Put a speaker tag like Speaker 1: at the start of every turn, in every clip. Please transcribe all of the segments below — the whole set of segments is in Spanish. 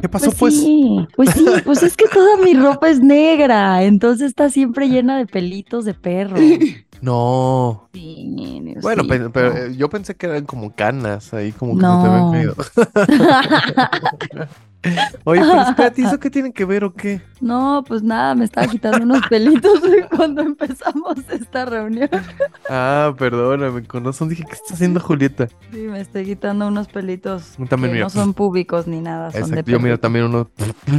Speaker 1: ¿Qué pasó, pues?
Speaker 2: Sí, pues sí, pues es que toda mi ropa es negra, entonces está siempre llena de pelitos de perro.
Speaker 1: No.
Speaker 2: Pues Sí, Diosito.
Speaker 1: Bueno, pe- pero eh, yo pensé que eran como canas, ahí como que se te ven
Speaker 2: No.
Speaker 1: medio. Oye, pero espérate, ¿y ¿eso qué tiene que ver o qué?
Speaker 2: No, pues nada, me estaba quitando unos pelitos de cuando empezamos esta reunión.
Speaker 1: Ah, perdóname, con razón dije, ¿qué está haciendo Julieta?
Speaker 2: Sí, me estoy quitando unos pelitos
Speaker 1: También
Speaker 2: que
Speaker 1: mira.
Speaker 2: no son públicos ni nada, son de
Speaker 1: Exacto, yo mira
Speaker 2: perrito.
Speaker 1: también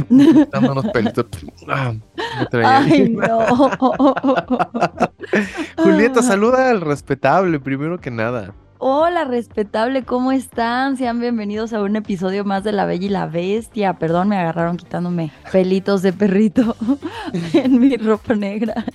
Speaker 1: unos, dando unos pelitos. Ah, me traía ahí.
Speaker 2: Ay, no.
Speaker 1: Julieta, saluda al respetable, primero que nada.
Speaker 2: Hola, respetable, ¿cómo están? Sean bienvenidos a un episodio más de La Bella y la Bestia. Perdón, me agarraron quitándome pelitos de perrito en mi ropa negra.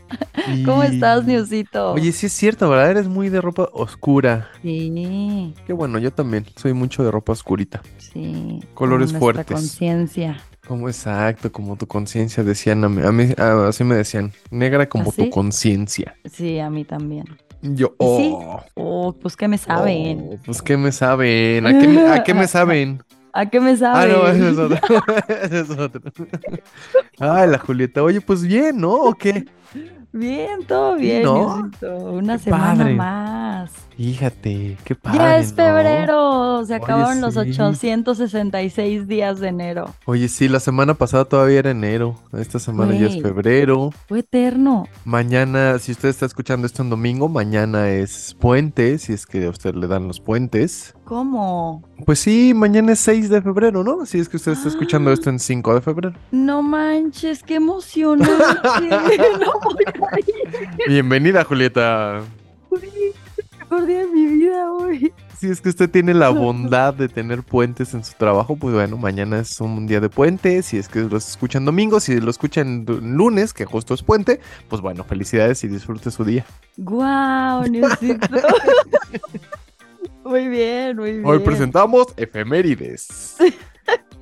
Speaker 2: ¿Cómo
Speaker 1: Y-
Speaker 2: estás, Newsito?
Speaker 1: Oye, sí es cierto, ¿verdad? Eres muy de ropa oscura.
Speaker 2: sí,
Speaker 1: Qué bueno, yo también soy mucho de ropa oscurita.
Speaker 2: sí.
Speaker 1: Colores
Speaker 2: con nuestra
Speaker 1: fuertes.
Speaker 2: conciencia.
Speaker 1: Como exacto, como tu conciencia, decían a mí, a mí- a- así me decían, negra como tu
Speaker 2: ¿Así?
Speaker 1: conciencia.
Speaker 2: Sí, a mí también.
Speaker 1: Y Yo,
Speaker 2: ¿Ah, ¿Y sí?
Speaker 1: oh,
Speaker 2: Oh, pues qué me saben.
Speaker 1: oh, pues qué me saben, a qué me, a qué me saben.
Speaker 2: ¿A qué me
Speaker 1: Ah,
Speaker 2: saben?
Speaker 1: no, ese es otro. ese es otro. Ay, la Julieta, oye, pues bien, ¿no? ¿O qué?
Speaker 2: Bien, todo bien,
Speaker 1: ¿No?
Speaker 2: Newsito. Una
Speaker 1: Qué
Speaker 2: semana
Speaker 1: padre.
Speaker 2: más.
Speaker 1: Fíjate, qué padre.
Speaker 2: Ya es
Speaker 1: ¿no?
Speaker 2: febrero, se
Speaker 1: Oye,
Speaker 2: acabaron los
Speaker 1: sí.
Speaker 2: 866 días de enero.
Speaker 1: Oye, sí, la semana pasada todavía era enero, esta semana ya es
Speaker 2: Güey.
Speaker 1: febrero.
Speaker 2: Fue eterno.
Speaker 1: Mañana, si usted está escuchando esto en domingo, mañana es puente, si es que a usted le dan los puentes.
Speaker 2: ¿Cómo?
Speaker 1: Pues sí, mañana es 6 de febrero, ¿no? Si es que usted está escuchando
Speaker 2: Ah.
Speaker 1: esto en 5 de febrero.
Speaker 2: No manches, qué emocionante. no voy a ir.
Speaker 1: Bienvenida, Julieta.
Speaker 2: güey. Es el mejor día de mi vida hoy.
Speaker 1: Si es que usted tiene la bondad de tener puentes en su trabajo, pues bueno, mañana es un día de puente. Si es que lo escuchan domingo, si lo escuchan du- lunes, que justo es puente, pues bueno, felicidades y disfrute su día.
Speaker 2: Guau, Newsito. muy bien, muy bien.
Speaker 1: Hoy presentamos efemérides.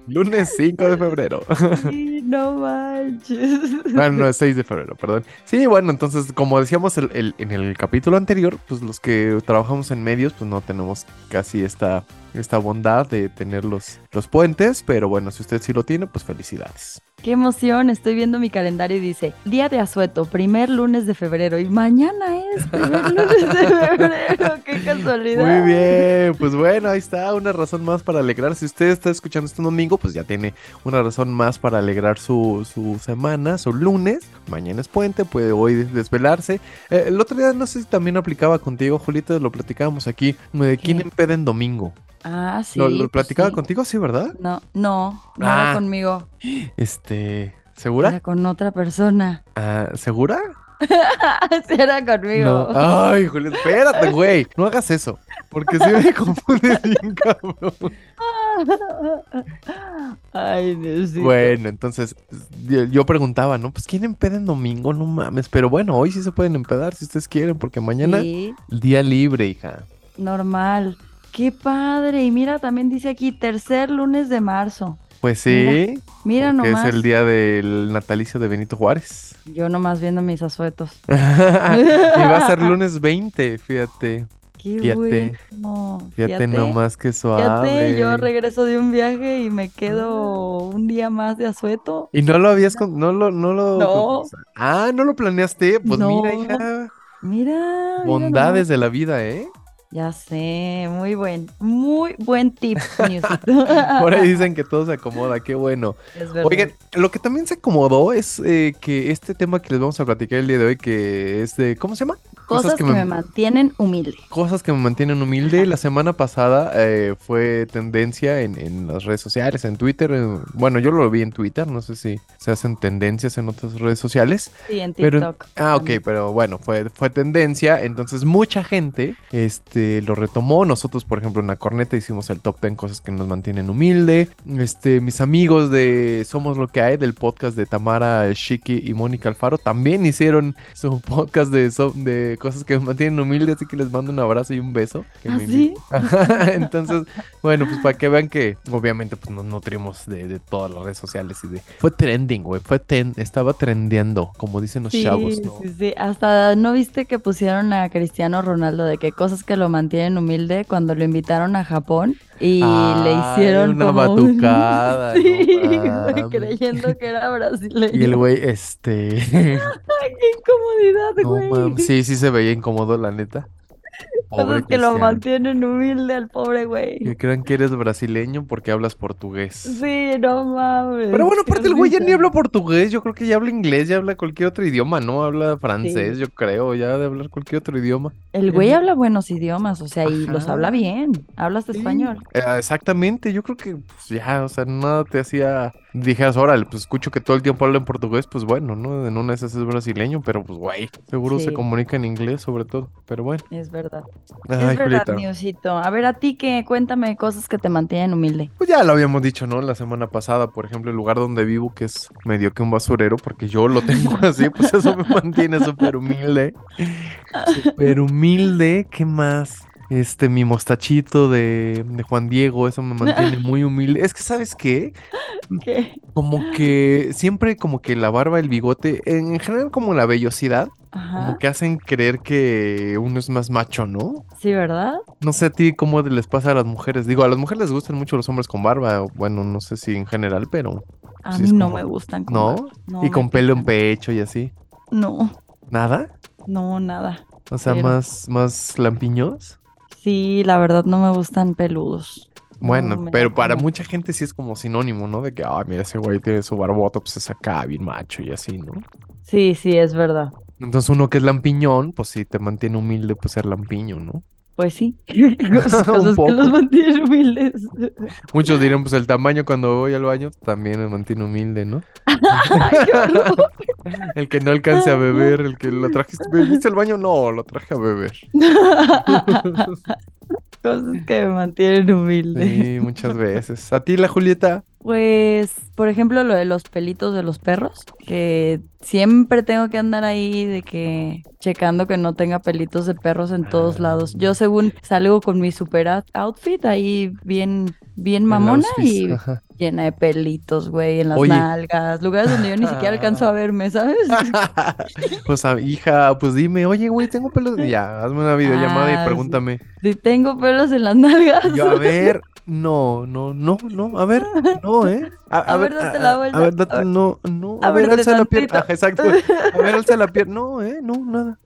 Speaker 1: Lunes 5 de febrero.
Speaker 2: Sí, no manches.
Speaker 1: Ah, no, es 6 de febrero, perdón. Sí, bueno, entonces, como decíamos el- el- en el capítulo anterior, pues los que trabajamos en medios, pues no tenemos casi esta, esta bondad de tener los, los puentes, pero bueno, si usted sí lo tiene, pues felicidades.
Speaker 2: Qué emoción, estoy viendo mi calendario y dice, día de asueto, primer lunes de febrero. Y mañana es primer lunes de febrero, qué casualidad.
Speaker 1: Muy bien, pues bueno, ahí está, una razón más para alegrar. Si usted está escuchando esto un domingo, pues ya tiene una razón más para alegrar su, su semana, su lunes. Mañana es puente, puede hoy des- desvelarse. Eh, el otro día no sé si también aplicaba contigo, Julita, lo platicábamos aquí, de quién
Speaker 2: ¿Qué?
Speaker 1: empeda en domingo.
Speaker 2: Ah, sí.
Speaker 1: lo, lo
Speaker 2: pues
Speaker 1: platicaba
Speaker 2: sí.
Speaker 1: contigo, sí, ¿verdad?
Speaker 2: No, no, no era
Speaker 1: Ah.
Speaker 2: conmigo.
Speaker 1: Este,
Speaker 2: Era
Speaker 1: ¿segura?
Speaker 2: con otra persona.
Speaker 1: Ah, ¿Segura?
Speaker 2: sí, era conmigo.
Speaker 1: No. Ay, Julieta, espérate, güey, no hagas eso, porque se me confunde bien, cabrón.
Speaker 2: Ay, Diosito.
Speaker 1: Bueno, entonces yo- yo preguntaba, ¿no? Pues ¿quién empeda en domingo? No mames, pero bueno, hoy sí se pueden empedar si ustedes quieren, porque mañana
Speaker 2: Sí,
Speaker 1: día libre, hija.
Speaker 2: normal. Qué padre. Y mira, también dice aquí, tercer lunes de marzo.
Speaker 1: Pues sí,
Speaker 2: Mira
Speaker 1: porque
Speaker 2: nomás.
Speaker 1: es el día del natalicio de Benito Juárez.
Speaker 2: Yo nomás viendo mis asuetos.
Speaker 1: y va a ser lunes 20, fíjate,
Speaker 2: Qué
Speaker 1: Fíjate,
Speaker 2: bueno.
Speaker 1: fíjate, nomás que suave.
Speaker 2: Fíjate, yo regreso de un viaje y me quedo un día más de asueto.
Speaker 1: Y no lo habías con... no lo no lo
Speaker 2: No.
Speaker 1: Ah, no lo planeaste, pues mira,
Speaker 2: No.
Speaker 1: hija,
Speaker 2: Mira. mira
Speaker 1: bondades de la vida, ¿eh?
Speaker 2: Ya sé, muy buen, muy buen tip. Ah.
Speaker 1: Por ahí dicen que todo se acomoda, qué bueno.
Speaker 2: Es verdad.
Speaker 1: Oigan, lo que también se acomodó es eh, que este tema que les vamos a platicar el día de hoy, que es de, ¿cómo se llama?
Speaker 2: cosas, que, me... mantienen humilde.
Speaker 1: Cosas que me mantienen humilde. La semana pasada eh, fue tendencia en, en las redes sociales, en Twitter. en- bueno, yo lo vi en Twitter, no sé si se hacen tendencias en otras redes sociales.
Speaker 2: Sí, en
Speaker 1: Pero-
Speaker 2: TikTok.
Speaker 1: Ah, ok,
Speaker 2: también.
Speaker 1: pero bueno, fue, fue tendencia. Entonces mucha gente este, lo retomó. Nosotros, por ejemplo, en la corneta hicimos el top 10 cosas que nos mantienen humilde. Este, mis amigos de Somos lo que hay, del podcast de Tamara Shiki y Mónica Alfaro, también hicieron su podcast de, so- de cosas que me mantienen humilde. Así que les mando un abrazo y un beso. que
Speaker 2: ¿Ah,
Speaker 1: me
Speaker 2: sí?
Speaker 1: Ajá, Entonces, bueno, pues para que vean que obviamente pues nos nutrimos de, de todas las redes sociales y de... Fue trending, güey, fue ten- estaba trendeando, como dicen los
Speaker 2: Sí,
Speaker 1: chavos, ¿no?
Speaker 2: sí, sí. Hasta no viste que pusieron a Cristiano Ronaldo de que cosas que lo mantienen humilde cuando lo invitaron a Japón y
Speaker 1: Ah,
Speaker 2: le hicieron
Speaker 1: una
Speaker 2: como un-
Speaker 1: batucada, no
Speaker 2: sí, güey,
Speaker 1: mames.
Speaker 2: creyendo que era brasileño.
Speaker 1: Y el güey, este.
Speaker 2: Ay, qué incomodidad,
Speaker 1: no
Speaker 2: güey.
Speaker 1: mames, Sí, sí se veía incómodo, la neta.
Speaker 2: Cosas
Speaker 1: Pobre
Speaker 2: que lo
Speaker 1: Cristiano.
Speaker 2: mantienen humilde al pobre güey.
Speaker 1: Que crean que eres brasileño porque hablas portugués.
Speaker 2: Sí, no mames.
Speaker 1: Pero bueno,
Speaker 2: qué
Speaker 1: aparte el güey ya ni
Speaker 2: risa.
Speaker 1: habla portugués, yo creo que ya habla inglés, ya habla cualquier otro idioma, ¿no? Habla francés, yo creo, ya ha de hablar cualquier otro idioma.
Speaker 2: El güey habla buenos idiomas, o sea, y los
Speaker 1: Ajá.
Speaker 2: habla bien. Hablas de
Speaker 1: Sí.
Speaker 2: Pues español.
Speaker 1: Eh, exactamente, yo creo que pues, ya, o sea, nada te hacía, dijeras, órale, pues escucho que todo el tiempo habla en portugués, pues bueno, ¿no? En una de esas es brasileño, pero pues güey, seguro se
Speaker 2: Sí.
Speaker 1: comunica en inglés sobre todo, pero bueno.
Speaker 2: Es verdad.
Speaker 1: Ay,
Speaker 2: es verdad,
Speaker 1: Julieta.
Speaker 2: Niusito. A ver, a ti que cuéntame cosas que te mantienen humilde.
Speaker 1: Pues ya lo habíamos dicho, ¿no? La semana pasada, por ejemplo, el lugar donde vivo, que es medio que un basurero, porque yo lo tengo así, pues eso me mantiene súper humilde. Súper humilde, ¿qué más? Este, mi mostachito de, de Juan Diego, eso me mantiene muy humilde. Es que, ¿sabes qué?
Speaker 2: ¿Qué?
Speaker 1: Como que siempre como que la barba, el bigote, en general como la vellosidad,
Speaker 2: Ajá.
Speaker 1: como que hacen creer que uno es más macho, ¿no?
Speaker 2: Sí, ¿verdad?
Speaker 1: No sé a ti cómo les pasa a las mujeres. Digo, a las mujeres les gustan mucho los hombres con barba. o Bueno, no sé si en general, pero.
Speaker 2: A
Speaker 1: Sí,
Speaker 2: mí
Speaker 1: es
Speaker 2: no
Speaker 1: como-
Speaker 2: me gustan. con
Speaker 1: ¿No?
Speaker 2: barba. No,
Speaker 1: y
Speaker 2: me
Speaker 1: con pelo en
Speaker 2: pican.
Speaker 1: pecho y así.
Speaker 2: No,
Speaker 1: ¿Nada?
Speaker 2: no, nada.
Speaker 1: O sea,
Speaker 2: Cero.
Speaker 1: más, más lampiños.
Speaker 2: Sí, la verdad no me gustan peludos. No,
Speaker 1: Bueno,
Speaker 2: me-
Speaker 1: pero para
Speaker 2: no.
Speaker 1: mucha gente sí es como sinónimo, ¿no? De que, ah, mira, ese güey tiene su barbota, pues es acá, bien macho y así, ¿no?
Speaker 2: Sí, sí, es verdad.
Speaker 1: Entonces uno que es lampiñón, pues sí te mantiene humilde, pues ser lampiño, ¿no?
Speaker 2: Pues sí. Cosas cosas
Speaker 1: poco.
Speaker 2: que los mantienen humildes.
Speaker 1: Muchos dirían, pues el tamaño cuando voy al baño también me mantiene humilde, ¿no?
Speaker 2: Ay, qué horror.
Speaker 1: El que no alcance a beber, el que lo trajiste, ¿bebiste al baño? No, lo traje a beber.
Speaker 2: Cosas que me mantienen humilde.
Speaker 1: Sí, muchas veces. A ti, la Julieta.
Speaker 2: Pues, por ejemplo, lo de los pelitos de los perros, que siempre tengo que andar ahí de que checando que no tenga pelitos de perros en todos
Speaker 1: Ah.
Speaker 2: lados. Yo según salgo con mi super out- outfit ahí bien, bien mamona y
Speaker 1: Ajá.
Speaker 2: llena de pelitos, güey, en las
Speaker 1: Oye. Ah.
Speaker 2: nalgas, lugares donde yo ni siquiera alcanzo a verme, ¿sabes?
Speaker 1: Pues, ah, hija, pues dime, oye, güey, tengo pelos. Ya, hazme una videollamada
Speaker 2: Ah,
Speaker 1: y
Speaker 2: sí.
Speaker 1: pregúntame.
Speaker 2: Si tengo pelos en las nalgas.
Speaker 1: Yo, a ver, no, no, no, no, a ver, no, ¿eh? A,
Speaker 2: A ver, date la
Speaker 1: a-
Speaker 2: vuelta.
Speaker 1: A ver, date-
Speaker 2: A ver.
Speaker 1: no, no. A,
Speaker 2: A
Speaker 1: ver,
Speaker 2: ver, de
Speaker 1: alza la pierna.
Speaker 2: tantito.
Speaker 1: Ajá, exacto. A ver, alza la pierna. No, ¿eh? No, nada.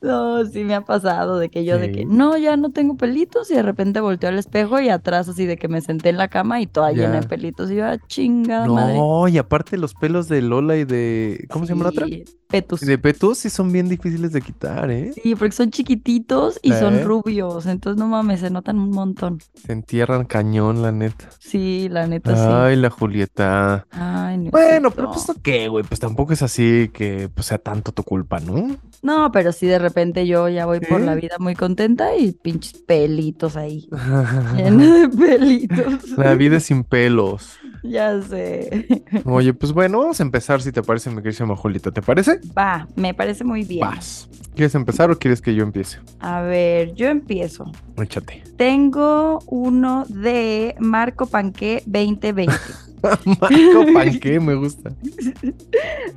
Speaker 2: No, sí me ha pasado de que yo de
Speaker 1: Sí.
Speaker 2: que no, ya no tengo pelitos y de repente volteo al espejo y atrás así de que me senté en la cama y toda llena
Speaker 1: Ya.
Speaker 2: de pelitos y yo, ah, chingada madre.
Speaker 1: No, y aparte los pelos de Lola y de. ¿Cómo se llama la otra?
Speaker 2: Sí, Petus.
Speaker 1: De Petus sí son bien difíciles de quitar, ¿eh?
Speaker 2: Sí, porque son chiquititos y son
Speaker 1: Sí.
Speaker 2: rubios, entonces no mames, se notan un montón.
Speaker 1: Se entierran cañón, la neta.
Speaker 2: Sí, la neta Pues sí.
Speaker 1: Ay, la Julieta.
Speaker 2: Ay, no.
Speaker 1: Bueno, pero pues ¿o qué, güey, pues tampoco es así que pues, sea tanto tu culpa, ¿no?
Speaker 2: No, pero sí de repente yo ya voy por la
Speaker 1: Sí.
Speaker 2: vida muy contenta y pinches pelitos ahí, lleno de pelitos.
Speaker 1: La vida es sin pelos.
Speaker 2: Ya sé.
Speaker 1: Oye, pues bueno, vamos a empezar si te parece, mi queridísima Julita, ¿te parece?
Speaker 2: Va, me parece muy bien.
Speaker 1: Vas. ¿Quieres empezar o quieres que yo empiece?
Speaker 2: A ver, yo empiezo.
Speaker 1: Échate.
Speaker 2: Tengo uno de Marco Panqué 2020.
Speaker 1: Marco Panqué, me gusta.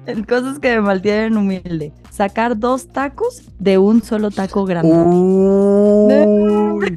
Speaker 2: En Cosas que me mantienen humilde. Sacar dos tacos de un solo taco grande.
Speaker 1: Uy.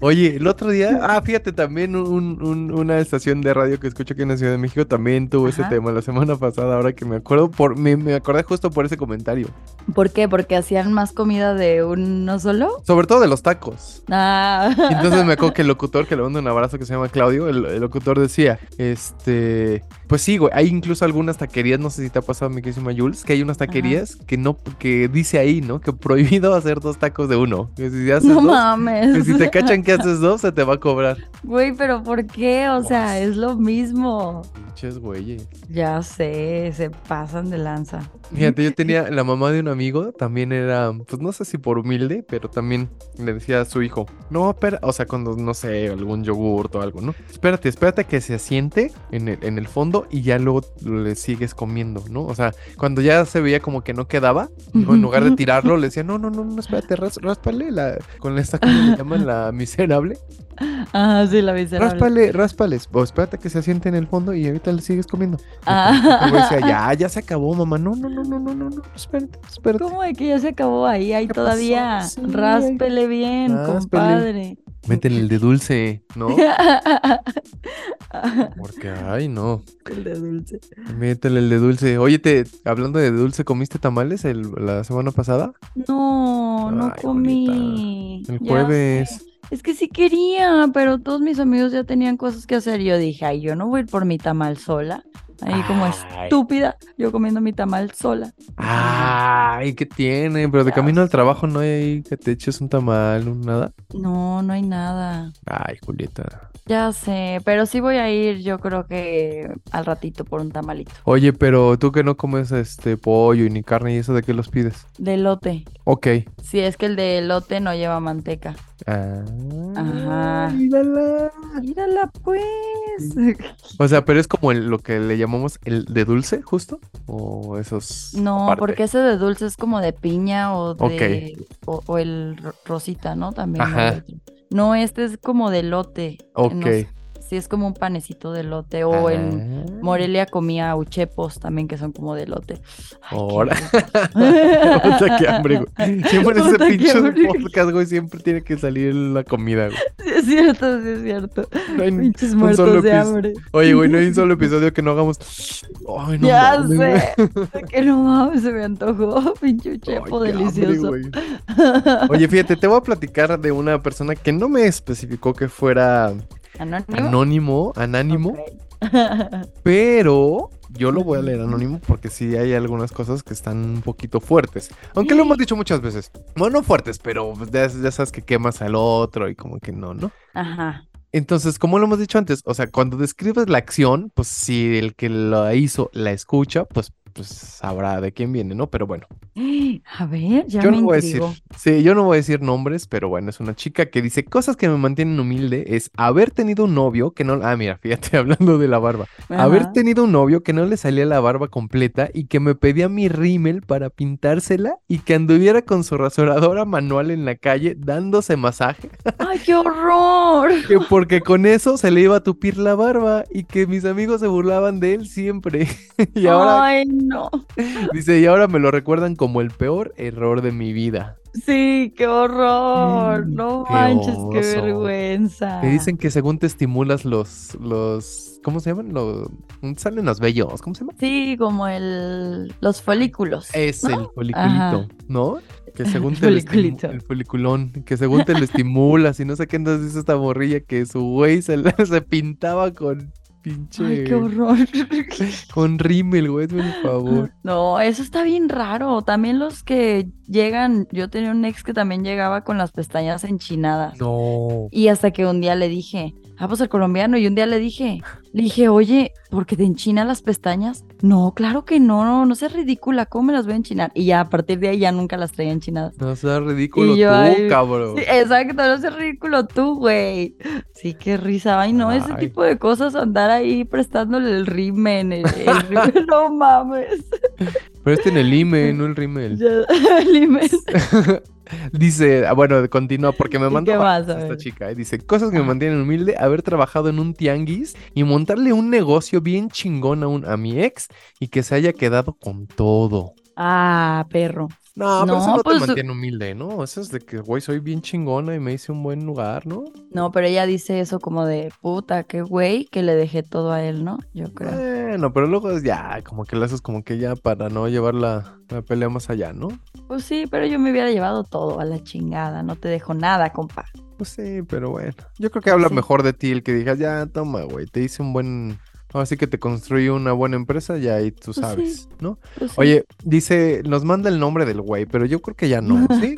Speaker 1: Oye, el otro día, ah, fíjate, también un- un- una estación de radio que escucho aquí en la Ciudad de México también tuvo ese
Speaker 2: Ajá.
Speaker 1: tema la semana pasada, ahora que me acuerdo, por, me, me acordé justo por ese comentario.
Speaker 2: ¿Por qué? ¿Porque hacían más comida de uno solo?
Speaker 1: Sobre todo de los tacos. Y
Speaker 2: Ah,
Speaker 1: Entonces me acuerdo que el locutor, que le mando un abrazo, que se llama Claudio, el, el locutor decía, este, pues sí, güey, hay incluso algunas taquerías, no sé si te ha pasado, mi queridísima Jules, que hay unas taquerías que no, que dice ahí, ¿no? Que prohibido hacer dos tacos de uno, que si haces
Speaker 2: no
Speaker 1: dos, que
Speaker 2: mames.
Speaker 1: si te cachan que haces dos, se te va a cobrar.
Speaker 2: Güey, pero ¿por qué? O sea, es lo mismo.
Speaker 1: Pinches güeyes.
Speaker 2: Ya sé, se pasan de lanza.
Speaker 1: Fíjate, yo tenía la mamá de un amigo, también era, pues no sé si por humilde, pero también le decía a su hijo, no, espera, o sea, cuando, no sé, algún yogurt o algo, ¿no? Espérate, espérate que se asiente en el, en el fondo y ya luego le sigues comiendo, ¿no? O sea, cuando ya se veía como que no quedaba, en lugar de tirarlo, le decía, no, no, no, no espérate, rás- ráspale, la, con esta, ¿cómo le llaman? La miserable.
Speaker 2: Ah, sí, la miserable.
Speaker 1: Ráspale, ráspales. O espérate que se siente en el fondo y ahorita le sigues comiendo.
Speaker 2: Ah.
Speaker 1: Como decía, ya, ya se acabó, mamá. No, no, no, no, no, no, no. Espérate, espérate.
Speaker 2: ¿Cómo de que ya se acabó ahí? Ahí
Speaker 1: ¿Qué
Speaker 2: todavía.
Speaker 1: pasó? Sí, ahí-
Speaker 2: Ráspele bien,
Speaker 1: Ráspele.
Speaker 2: compadre.
Speaker 1: Métele el de dulce, ¿no? Porque, ay, no.
Speaker 2: El de dulce.
Speaker 1: Métele el de dulce. Oye, te, hablando de dulce, ¿comiste tamales el- la semana pasada?
Speaker 2: No, no
Speaker 1: Ay,
Speaker 2: comí.
Speaker 1: El
Speaker 2: Ya sé.
Speaker 1: jueves.
Speaker 2: Es que sí quería, pero todos mis amigos ya tenían cosas que hacer. Y yo dije, ay, yo no voy a ir por mi tamal sola. Ahí como
Speaker 1: Ay.
Speaker 2: estúpida, yo comiendo mi tamal sola.
Speaker 1: Ay, ¿qué tiene? Pero de
Speaker 2: Ya
Speaker 1: camino al trabajo no hay que te eches un tamal, un nada.
Speaker 2: No, no hay nada.
Speaker 1: Ay, Julieta.
Speaker 2: Ya sé, pero sí voy a ir, yo creo que al ratito por un tamalito.
Speaker 1: Oye, pero tú que no comes este pollo y ni carne y eso, ¿de qué los pides?
Speaker 2: De elote.
Speaker 1: Ok.
Speaker 2: Si es que el de elote no lleva manteca.
Speaker 1: Ah,
Speaker 2: Ajá.
Speaker 1: mírala.
Speaker 2: Mírala pues.
Speaker 1: O sea, pero es como el- lo que le llamamos el de dulce, justo. O esos.
Speaker 2: No,
Speaker 1: aparte?
Speaker 2: porque ese de dulce es como de piña o de
Speaker 1: Ok.
Speaker 2: o, o el ro- rosita, ¿no? También. ¿no?
Speaker 1: Ajá.
Speaker 2: No, este es como de lote.
Speaker 1: Ok.
Speaker 2: sí, es como un panecito de lote. O en
Speaker 1: Ah.
Speaker 2: Morelia comía uchepos también, que son como de lote.
Speaker 1: Ahora. Puta, qué hambre, güey. Siempre en ese
Speaker 2: Puta, qué
Speaker 1: pinche
Speaker 2: hambre.
Speaker 1: podcast, güey, siempre tiene que salir la comida, güey.
Speaker 2: es cierto, sí es cierto.
Speaker 1: No hay-
Speaker 2: Pinches
Speaker 1: muertos
Speaker 2: muertos
Speaker 1: solo de
Speaker 2: de
Speaker 1: episo-
Speaker 2: hambre.
Speaker 1: Oye, güey, no hay un solo episodio que no hagamos. Ay, no
Speaker 2: ya
Speaker 1: mames, güey.
Speaker 2: sé. de que no mames, se me antojó. Pinche uchepo
Speaker 1: Ay, qué hambre,
Speaker 2: delicioso.
Speaker 1: güey. Oye, fíjate, te voy a platicar de una persona que no me especificó que fuera
Speaker 2: Anónimo.
Speaker 1: anónimo, anánimo,
Speaker 2: Ok.
Speaker 1: pero yo lo voy a leer anónimo porque sí hay algunas cosas que están un poquito fuertes. Aunque lo hemos dicho muchas veces. Bueno, no fuertes, pero pues, ya, ya sabes que quemas al otro y como que no, ¿no?
Speaker 2: Ajá.
Speaker 1: Entonces, como lo hemos dicho antes, o sea, cuando describes la acción, pues si el que la hizo la escucha, pues, pues sabrá de quién viene, ¿no? Pero bueno,
Speaker 2: A ver, ya
Speaker 1: yo
Speaker 2: me
Speaker 1: no voy a decir,
Speaker 2: intrigó.
Speaker 1: sí, yo no voy a decir nombres, pero bueno, es una chica que dice cosas que me mantienen humilde es haber tenido un novio que no, ah, mira, fíjate, hablando de la barba, haber
Speaker 2: Ajá.
Speaker 1: tenido un novio que no le salía la barba completa y que me pedía mi rímel para pintársela y que anduviera con su rasuradora manual en la calle dándose masaje.
Speaker 2: ¡Ay, qué horror!
Speaker 1: Que porque con eso se le iba a tupir la barba y que mis amigos se burlaban de él siempre. Y ahora,
Speaker 2: Ay, no.
Speaker 1: dice, y ahora me lo recuerdan como el peor error de mi vida.
Speaker 2: Sí, qué horror.
Speaker 1: Mm,
Speaker 2: No
Speaker 1: qué
Speaker 2: manches, qué
Speaker 1: oso.
Speaker 2: vergüenza.
Speaker 1: Te dicen que según te estimulas los, los, ¿cómo se llaman? Los, salen los vellos, ¿cómo se llama?
Speaker 2: Sí, como el los folículos.
Speaker 1: Es el foliculito,
Speaker 2: Ajá.
Speaker 1: ¿no? Que según
Speaker 2: El
Speaker 1: te lo estimu-
Speaker 2: foliculito.
Speaker 1: el foliculón, que según te lo estimulas y no sé qué, entonces dice esta morrilla que su güey se, la- se pintaba con pinche...
Speaker 2: Ay, qué horror.
Speaker 1: Con rímel, güey, por favor.
Speaker 2: No, eso está bien raro. También los que llegan, yo tenía un ex que también llegaba con las pestañas enchinadas.
Speaker 1: No.
Speaker 2: Y hasta que un día le dije, ah, pues el colombiano, y un día le dije, le dije, oye, ¿por qué te enchinan las pestañas? No, claro que no, no, no seas ridícula, ¿cómo me las voy a enchinar? Y ya a partir de ahí ya nunca las traía enchinadas.
Speaker 1: No seas ridículo
Speaker 2: Y yo
Speaker 1: tú,
Speaker 2: ahí-
Speaker 1: cabrón.
Speaker 2: Sí, exacto, no seas ridículo tú, güey. Sí, qué risa. Ay, no, ese
Speaker 1: Ay.
Speaker 2: tipo de cosas, andar ahí prestándole el rimen, el, el rimen, no mames.
Speaker 1: Pero este en el IME, no el rímel.
Speaker 2: Ya, el imen.
Speaker 1: Dice, ah, bueno, continúa porque me
Speaker 2: ¿Y
Speaker 1: manda
Speaker 2: qué
Speaker 1: varias
Speaker 2: más? A
Speaker 1: esta
Speaker 2: ver. Ah.
Speaker 1: chica. eh. Dice, cosas que me
Speaker 2: Ajá.
Speaker 1: mantienen humilde, haber trabajado en un tianguis y montarle un negocio bien chingón a, un, a mi ex y que se haya quedado con todo.
Speaker 2: Ah, perro.
Speaker 1: No, pero eso
Speaker 2: No,
Speaker 1: no
Speaker 2: pues-
Speaker 1: te mantiene humilde, ¿no? Eso es de que, güey, soy bien chingona y me hice un buen lugar, ¿no?
Speaker 2: No, pero ella dice eso como de puta, qué güey, que le dejé todo a él, ¿no? Yo creo.
Speaker 1: Bueno, pero luego ya, como que la haces como que ya para no llevar la, la pelea más allá, ¿no?
Speaker 2: Pues sí, pero yo me hubiera llevado todo a la chingada, no te dejo nada, compa.
Speaker 1: Pues sí, pero bueno. Yo creo que habla
Speaker 2: Sí.
Speaker 1: mejor de ti el que digas, ya, toma, güey, te hice un buen... Así que te construí una buena empresa y ahí tú
Speaker 2: Pues sí.
Speaker 1: sabes, ¿no?
Speaker 2: Pues sí.
Speaker 1: Oye, dice, nos manda el nombre del güey, pero yo creo que ya no, ¿sí?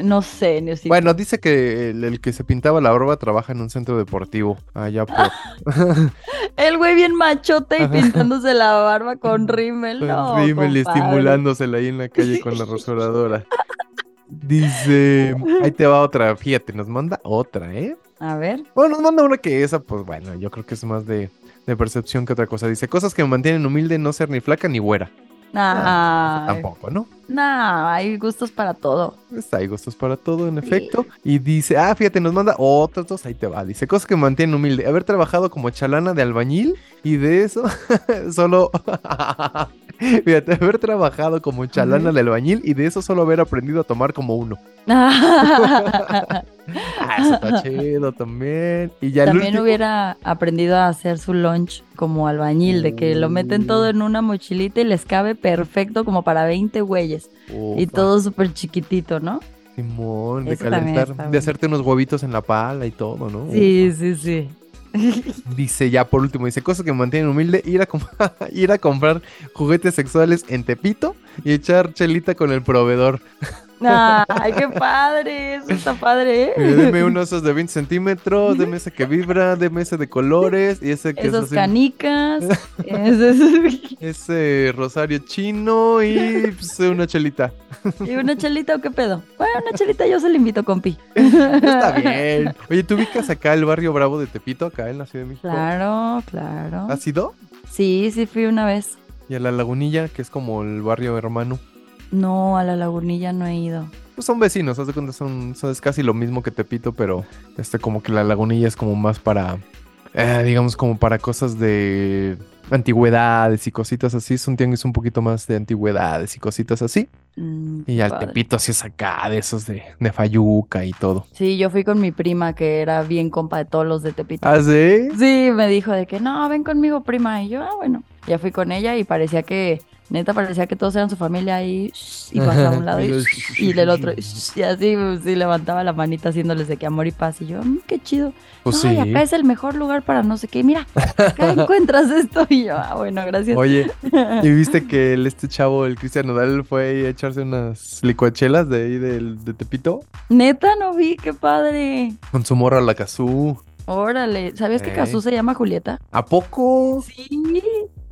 Speaker 2: No sé, Neusito.
Speaker 1: Bueno, dice que el, el que se pintaba la barba trabaja en un centro deportivo, allá por...
Speaker 2: El güey bien machote y
Speaker 1: Ajá.
Speaker 2: pintándose la barba con rímel, no,
Speaker 1: Rímel y
Speaker 2: compadre.
Speaker 1: Pues estimulándosela ahí en la calle con la rasuradora. Dice, ahí te va otra, fíjate, nos manda otra, ¿eh?
Speaker 2: A ver,
Speaker 1: Bueno, nos manda una que esa, pues bueno, yo creo que es más de, de percepción que otra cosa. Dice, cosas que me mantienen humilde, Ah, no ser ni flaca ni güera.
Speaker 2: Nah,
Speaker 1: Tampoco, ¿no?
Speaker 2: nah, hay gustos para todo.
Speaker 1: Pues hay gustos para todo, en
Speaker 2: Sí.
Speaker 1: efecto. Y dice, ah, fíjate, nos manda otros dos, ahí te va. Dice, cosas que me mantienen humilde. Haber trabajado como chalana de albañil y de eso solo... fíjate, haber trabajado como chalana de albañil y de eso solo haber aprendido a tomar como uno. Ah, eso está chido también. Y ya el
Speaker 2: También
Speaker 1: último-
Speaker 2: hubiera aprendido a hacer su lunch como albañil, de que lo meten todo
Speaker 1: Mm.
Speaker 2: en una mochilita y les cabe perfecto como para 20 güeyes. Y
Speaker 1: Ufa,
Speaker 2: todo súper chiquitito, ¿no?
Speaker 1: Simón, de
Speaker 2: Eso también
Speaker 1: calentar,
Speaker 2: está
Speaker 1: de
Speaker 2: bueno.
Speaker 1: hacerte unos huevitos en la pala y todo, ¿no?
Speaker 2: Sí, sí, sí.
Speaker 1: Dice ya por último, dice cosas que me mantienen humilde, ir a, com- ir a comprar juguetes sexuales en Tepito y echar chelita con el proveedor.
Speaker 2: ¡Ay, qué padre! Eso está padre,
Speaker 1: Mira, deme
Speaker 2: ¿eh?
Speaker 1: unos esos de 20 centímetros, deme ese que vibra, deme ese de colores y ese que es
Speaker 2: Esos
Speaker 1: así-
Speaker 2: canicas. esos-
Speaker 1: ese rosario chino y pues, una chelita.
Speaker 2: ¿Y una chelita o qué pedo? Bueno, una chelita yo se la invito, compi.
Speaker 1: Está bien. Oye, ¿tú ubicas acá el barrio bravo de Tepito, acá en la Ciudad de México?
Speaker 2: Claro, claro.
Speaker 1: ¿Has ido?
Speaker 2: Sí, sí fui una vez.
Speaker 1: Y a la lagunilla, que es como el barrio hermano.
Speaker 2: No, a la lagunilla no he ido.
Speaker 1: Pues son vecinos, haz de cuenta, son, son- es casi lo mismo que Tepito, pero este como que la lagunilla es como más para, eh, digamos, como para cosas de antigüedades y cositas así. Es un tianguis un poquito más de antigüedades y cositas así.
Speaker 2: Mm,
Speaker 1: Y al
Speaker 2: padre.
Speaker 1: Tepito así es acá, de esos de, de Fayuca y todo.
Speaker 2: Sí, yo fui con mi prima que era bien compa de todos los de Tepito.
Speaker 1: ¿Ah, sí?
Speaker 2: Sí, me dijo de que no, ven conmigo, prima. Y yo, ah, bueno, ya fui con ella y parecía que, neta, parecía que todos eran su familia ahí. shh, Y pasaba a un lado y, shh, y del otro. shh, Y así, pues, sí, levantaba la manita haciéndoles de que amor y paz. Y yo, "Mm, qué chido.
Speaker 1: Pues
Speaker 2: no, y
Speaker 1: sí.
Speaker 2: acá es el mejor lugar para no sé qué. Mira, acá encuentras esto. Y yo, ah, bueno, gracias.
Speaker 1: Oye, ¿y viste que el, este chavo, el Cristian Nodal, fue ahí a echarse unas licuachelas de ahí del, de Tepito?
Speaker 2: Neta, no vi, qué padre.
Speaker 1: Con su morra la Cazú.
Speaker 2: Órale, ¿sabías que
Speaker 1: Ey.
Speaker 2: Cazú se llama Julieta?
Speaker 1: ¿A poco?
Speaker 2: Sí.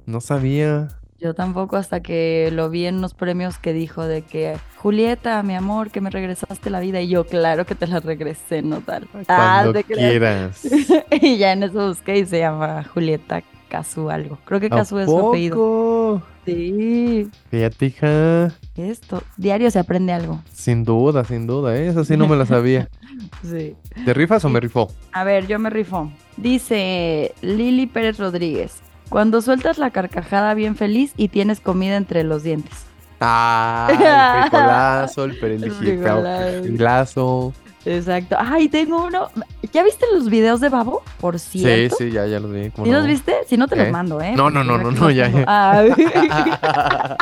Speaker 1: No sabía.
Speaker 2: Yo tampoco hasta que lo vi en unos premios que dijo de que Julieta, mi amor, que me regresaste la vida y yo claro que te la regresé, no tal. Ah,
Speaker 1: Cuando
Speaker 2: te creas.
Speaker 1: quieras.
Speaker 2: y ya en eso busqué y se llama Julieta Cazú algo. Creo que
Speaker 1: ¿A
Speaker 2: Cazú es su apellido.
Speaker 1: poco?
Speaker 2: Sí.
Speaker 1: Fíjate, hija.
Speaker 2: Esto, diario se aprende algo.
Speaker 1: Sin duda, sin duda, ¿eh? Esa sí no me la sabía.
Speaker 2: Sí.
Speaker 1: ¿Te rifas o me rifó?
Speaker 2: A ver, yo me rifo. Dice Lili Pérez Rodríguez. Cuando sueltas la carcajada bien feliz y tienes comida entre los dientes.
Speaker 1: Ah, el pecolazo, el perelijita,
Speaker 2: Frijolada.
Speaker 1: el lazo.
Speaker 2: Exacto. Ay, tengo uno. ¿Ya viste los videos de Babo? Por
Speaker 1: Sí,
Speaker 2: cierto.
Speaker 1: sí, ya, ya lo vi. ¿cómo
Speaker 2: ¿Sí los
Speaker 1: no?
Speaker 2: viste? Si no te los
Speaker 1: ¿Eh?
Speaker 2: mando, ¿eh?
Speaker 1: No, no, no,
Speaker 2: Porque
Speaker 1: no,
Speaker 2: aquí
Speaker 1: no,
Speaker 2: los
Speaker 1: ya,
Speaker 2: tengo.
Speaker 1: ya.
Speaker 2: Ah,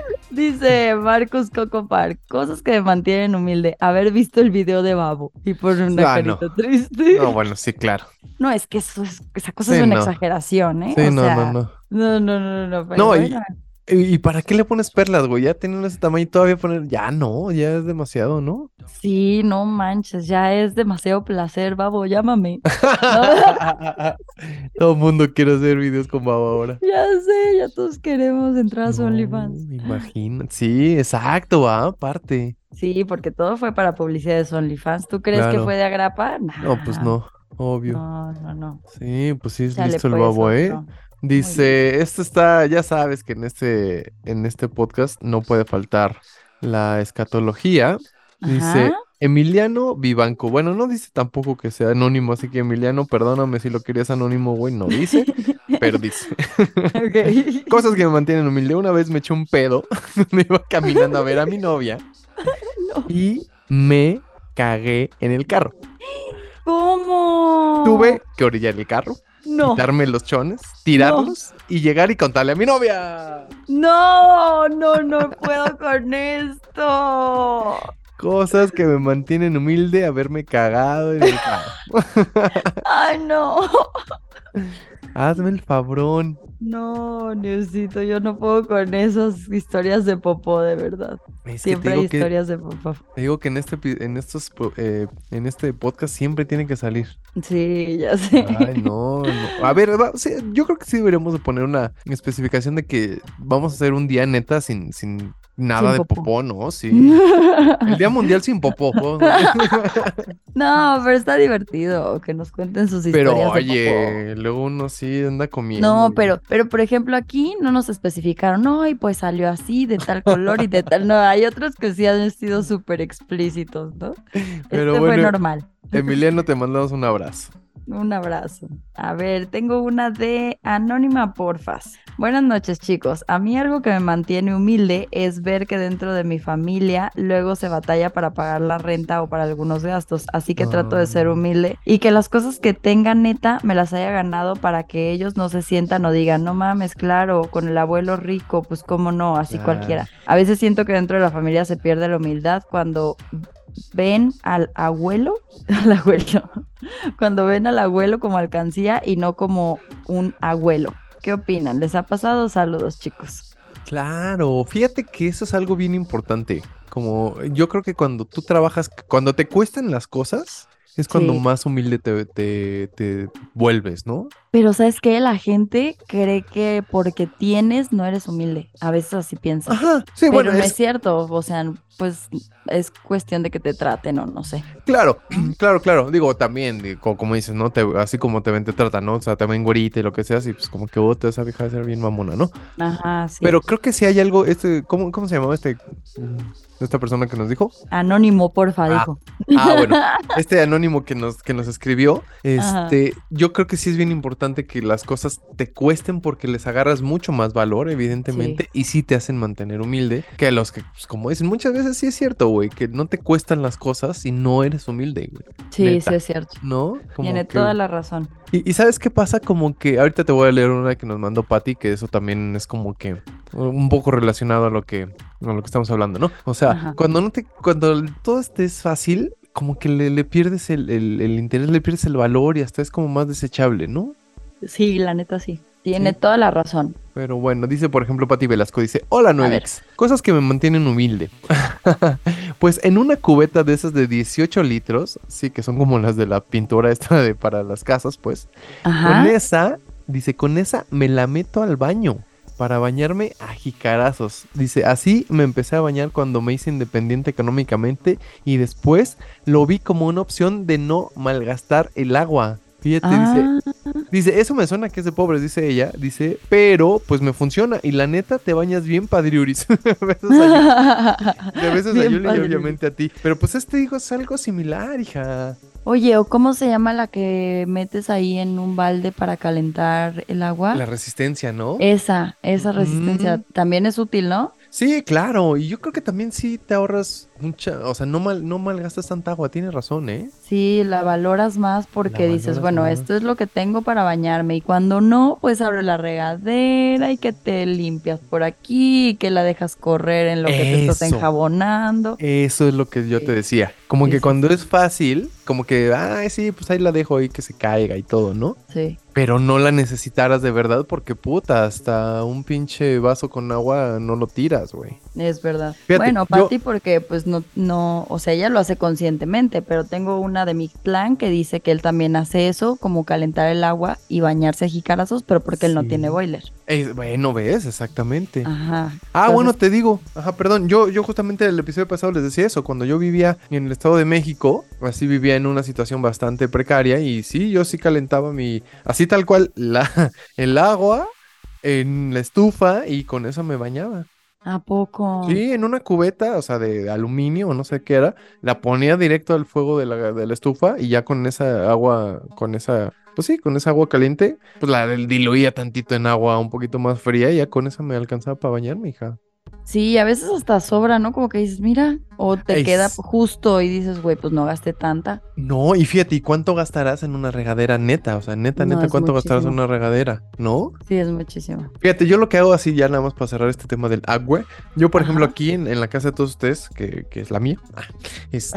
Speaker 2: dice Marcus Coco Park, cosas que me mantienen humilde. Haber visto el video de Babo y por una
Speaker 1: Ah, no.
Speaker 2: carita triste.
Speaker 1: No,
Speaker 2: No.
Speaker 1: bueno, sí, claro.
Speaker 2: es que eso es- esa cosa
Speaker 1: Sí,
Speaker 2: es una
Speaker 1: no.
Speaker 2: exageración, ¿eh?
Speaker 1: Sí,
Speaker 2: O
Speaker 1: no,
Speaker 2: sea,
Speaker 1: no, no.
Speaker 2: No, no, no, no, no. pero
Speaker 1: No, y-
Speaker 2: bueno.
Speaker 1: ¿Y y para qué le pones perlas, güey? Ya teniendo ese tamaño todavía poner. Ya no, ya es demasiado, ¿no?
Speaker 2: Sí, no manches, ya es demasiado placer, Babo, llámame.
Speaker 1: Todo el mundo quiere hacer videos con babo ahora.
Speaker 2: Ya sé, ya todos queremos entrar a su
Speaker 1: No,
Speaker 2: OnlyFans.
Speaker 1: Imagina. Sí, exacto, va, aparte.
Speaker 2: Sí, porque todo fue para publicidad de OnlyFans. ¿Tú crees que
Speaker 1: Claro.
Speaker 2: fue de agrapa? Nah.
Speaker 1: No, pues no, obvio.
Speaker 2: No, no, no.
Speaker 1: Sí, pues sí, es
Speaker 2: Chale,
Speaker 1: listo el
Speaker 2: pues,
Speaker 1: babo, ¿eh?
Speaker 2: otro.
Speaker 1: Dice, esto está, ya sabes que en este, en este podcast no puede faltar la escatología. Dice,
Speaker 2: Ajá.
Speaker 1: Emiliano Vivanco. Bueno, no dice tampoco que sea anónimo, así que Emiliano, perdóname si lo querías anónimo, güey, no dice, pero dice.
Speaker 2: Ok.
Speaker 1: Cosas que me mantienen humilde. Una vez me eché un pedo, me iba caminando a ver a mi novia y me cagué en el carro.
Speaker 2: ¿Cómo?
Speaker 1: Tuve que orillar el carro,
Speaker 2: No,
Speaker 1: quitarme los chones, tirarlos y llegar y contarle a mi novia.
Speaker 2: no, no, no puedo con esto.
Speaker 1: Cosas que me mantienen humilde, haberme cagado en el carro.
Speaker 2: Ay, no.
Speaker 1: Hazme el fabrón.
Speaker 2: No, Diosito, yo no puedo con esas historias de popó, de verdad.
Speaker 1: Es que te
Speaker 2: Siempre hay
Speaker 1: digo que-
Speaker 2: historias de popó.
Speaker 1: Te digo que en este, epi- en estos, po- eh, en este podcast siempre tiene que salir.
Speaker 2: Sí, ya sé.
Speaker 1: Ay, no, no. A ver, va- sí, yo creo que sí deberíamos de poner una especificación de que vamos a hacer un día neta sin, sin Nada
Speaker 2: Sin
Speaker 1: de
Speaker 2: popó.
Speaker 1: popó, ¿no? Sí. El Día Mundial sin popó.
Speaker 2: No, pero está divertido que nos cuenten sus historias.
Speaker 1: Pero
Speaker 2: de popó.
Speaker 1: oye, luego uno sí anda comiendo.
Speaker 2: No, pero, pero por ejemplo aquí no nos especificaron, no, y pues salió así, de tal color y de tal. No, hay otros que sí han sido súper explícitos, ¿no?
Speaker 1: Pero
Speaker 2: este fue
Speaker 1: bueno.
Speaker 2: normal.
Speaker 1: Emiliano, te mandamos un abrazo.
Speaker 2: Un abrazo. A ver, tengo una de Anónima Porfas. Buenas noches, chicos. A mí algo que me mantiene humilde es ver que dentro de mi familia luego se batalla para pagar la renta o para algunos gastos, así que trato de ser
Speaker 1: Ah.
Speaker 2: humilde y que las cosas que tenga neta me las haya ganado para que ellos no se sientan o digan, no mames, claro, con el abuelo rico, pues cómo no, así
Speaker 1: Claro.
Speaker 2: cualquiera. A veces siento que dentro de la familia se pierde la humildad cuando ven al abuelo, al abuelo cuando ven al abuelo como alcancía y no como un abuelo. ¿Qué opinan? ¿Les ha pasado? Saludos, chicos.
Speaker 1: Claro, fíjate que eso es algo bien importante. Como yo creo que cuando tú trabajas, cuando te cuestan las cosas, es cuando
Speaker 2: Sí.
Speaker 1: más humilde te, te- te vuelves, ¿no?
Speaker 2: Pero ¿sabes qué? La gente cree que porque tienes no eres humilde. A veces así piensan.
Speaker 1: Ajá, sí,
Speaker 2: Pero
Speaker 1: bueno,
Speaker 2: no es
Speaker 1: es,
Speaker 2: cierto. O sea, pues es cuestión de que te traten o no sé.
Speaker 1: claro, claro, claro. Digo, también, digo, como, dices, ¿no? Te- así como te ven, te tratan, ¿no? O sea, también güerita y lo que sea, y pues como que vos te vas a dejar de ser bien mamona, ¿no?
Speaker 2: Ajá, sí.
Speaker 1: Pero creo que sí hay algo, este, ¿cómo, cómo se llamaba este? mm, Esta persona que nos dijo.
Speaker 2: Anónimo, porfa,
Speaker 1: Ah.
Speaker 2: dijo.
Speaker 1: Ah, bueno, este anónimo que nos, que nos escribió, este, yo creo que sí es bien importante que las cosas te cuesten porque les agarras mucho más valor, evidentemente, y sí te hacen mantener humilde que los que, pues, como dicen, muchas veces sí es cierto, güey, que no te cuestan las cosas y no eres humilde, güey,
Speaker 2: Sí,
Speaker 1: neta.
Speaker 2: sí es cierto.
Speaker 1: ¿no? Como
Speaker 2: Tiene
Speaker 1: que-
Speaker 2: toda la razón.
Speaker 1: y, y ¿sabes qué pasa? Como que ahorita te voy a leer una que nos mandó Patty, que eso también es como que un poco relacionado a lo que, a lo que estamos hablando, ¿no? O sea,
Speaker 2: Ajá.
Speaker 1: cuando no te, cuando el- todo este es fácil, como que le, le pierdes el, el- el interés, le pierdes el valor y hasta es como más desechable, ¿no?
Speaker 2: Sí, la neta sí. Tiene
Speaker 1: Sí.
Speaker 2: toda la razón.
Speaker 1: Pero bueno, dice por ejemplo Pati Velasco, dice, hola
Speaker 2: ver.
Speaker 1: Nuevix, cosas que me mantienen humilde. pues en una cubeta de esas de 18 litros, sí, que son como las de la pintura esta de para las casas, pues,
Speaker 2: Ajá.
Speaker 1: Con esa, dice, con esa me la meto al baño para bañarme a jicarazos. Dice, así me empecé a bañar cuando me hice independiente económicamente y después lo vi como una opción de no malgastar el agua. Fíjate, dice,
Speaker 2: Ah,
Speaker 1: Dice, eso me suena que es de pobres, dice ella. Dice, pero pues me funciona. Y la neta, te bañas bien, padriuris. Besos a
Speaker 2: Ah.
Speaker 1: Yuli- de besos a
Speaker 2: Bien
Speaker 1: Yuli y
Speaker 2: padriuris.
Speaker 1: obviamente a ti. Pero pues este hijo es algo similar, hija.
Speaker 2: Oye, ¿o cómo se llama la que metes ahí en un balde para calentar el agua?
Speaker 1: La Mm. resistencia, ¿no?
Speaker 2: Esa, esa resistencia
Speaker 1: Ujú.
Speaker 2: también es útil, ¿no?
Speaker 1: Sí, claro. Y yo creo que también sí te ahorras mucha. O sea, no, mal, no malgastas tanta agua. Tienes razón, ¿eh?
Speaker 2: Sí, la valoras más porque dices,
Speaker 1: valoras
Speaker 2: bueno,
Speaker 1: más.
Speaker 2: esto es lo que tengo para bañarme y cuando no, pues abre la regadera y que te limpias por aquí, y que la dejas correr en lo que te estás
Speaker 1: Eso.
Speaker 2: enjabonando.
Speaker 1: Eso es lo que yo
Speaker 2: Sí.
Speaker 1: te decía. Como
Speaker 2: Sí,
Speaker 1: que
Speaker 2: sí,
Speaker 1: cuando es fácil, como que, ay, sí, pues ahí la dejo ahí que se caiga y todo, ¿no?
Speaker 2: Sí,
Speaker 1: Pero no la necesitaras de verdad porque puta, hasta un pinche vaso con agua no lo tiras, güey.
Speaker 2: es verdad.
Speaker 1: Fíjate,
Speaker 2: bueno,
Speaker 1: yo-
Speaker 2: para ti porque pues no, no, o sea, ella lo hace conscientemente, pero tengo una de mi clan que dice que él también hace eso, como calentar el agua y bañarse a jicarazos, pero porque él no
Speaker 1: Sí.
Speaker 2: tiene boiler.
Speaker 1: Eh, bueno, ves, exactamente. Ah,
Speaker 2: Ajá.
Speaker 1: bueno,
Speaker 2: entonces-
Speaker 1: te digo. Ajá, perdón. Yo, yo justamente el episodio pasado les decía eso. Cuando yo vivía en el Estado de México, así vivía en una situación bastante precaria. Y sí, yo sí calentaba mi. Así tal cual, la, el agua en la estufa y con eso me bañaba.
Speaker 2: ¿A poco?
Speaker 1: Sí, en una cubeta, o sea, de aluminio o no sé qué era, la ponía directo al fuego de la, de la estufa y ya con esa agua, con esa, pues sí, con esa agua caliente, pues la diluía tantito en agua un poquito más fría y ya con esa me alcanzaba para bañarme, hija.
Speaker 2: Sí, a veces hasta sobra, ¿no? Como que dices, mira, o te
Speaker 1: Ey,
Speaker 2: queda
Speaker 1: s-
Speaker 2: justo y dices, güey, pues no gasté tanta.
Speaker 1: No, y fíjate, ¿y cuánto gastarás en una regadera neta? O sea, neta,
Speaker 2: No,
Speaker 1: neta,
Speaker 2: es
Speaker 1: ¿cuánto gastarás en
Speaker 2: muchísimo.
Speaker 1: una regadera? ¿No?
Speaker 2: Sí, es muchísimo.
Speaker 1: Fíjate, yo lo que hago así ya nada más para cerrar este tema del agua. Yo, por ejemplo,
Speaker 2: Ajá.
Speaker 1: aquí en, en la casa de todos ustedes, que, que es la mía, este,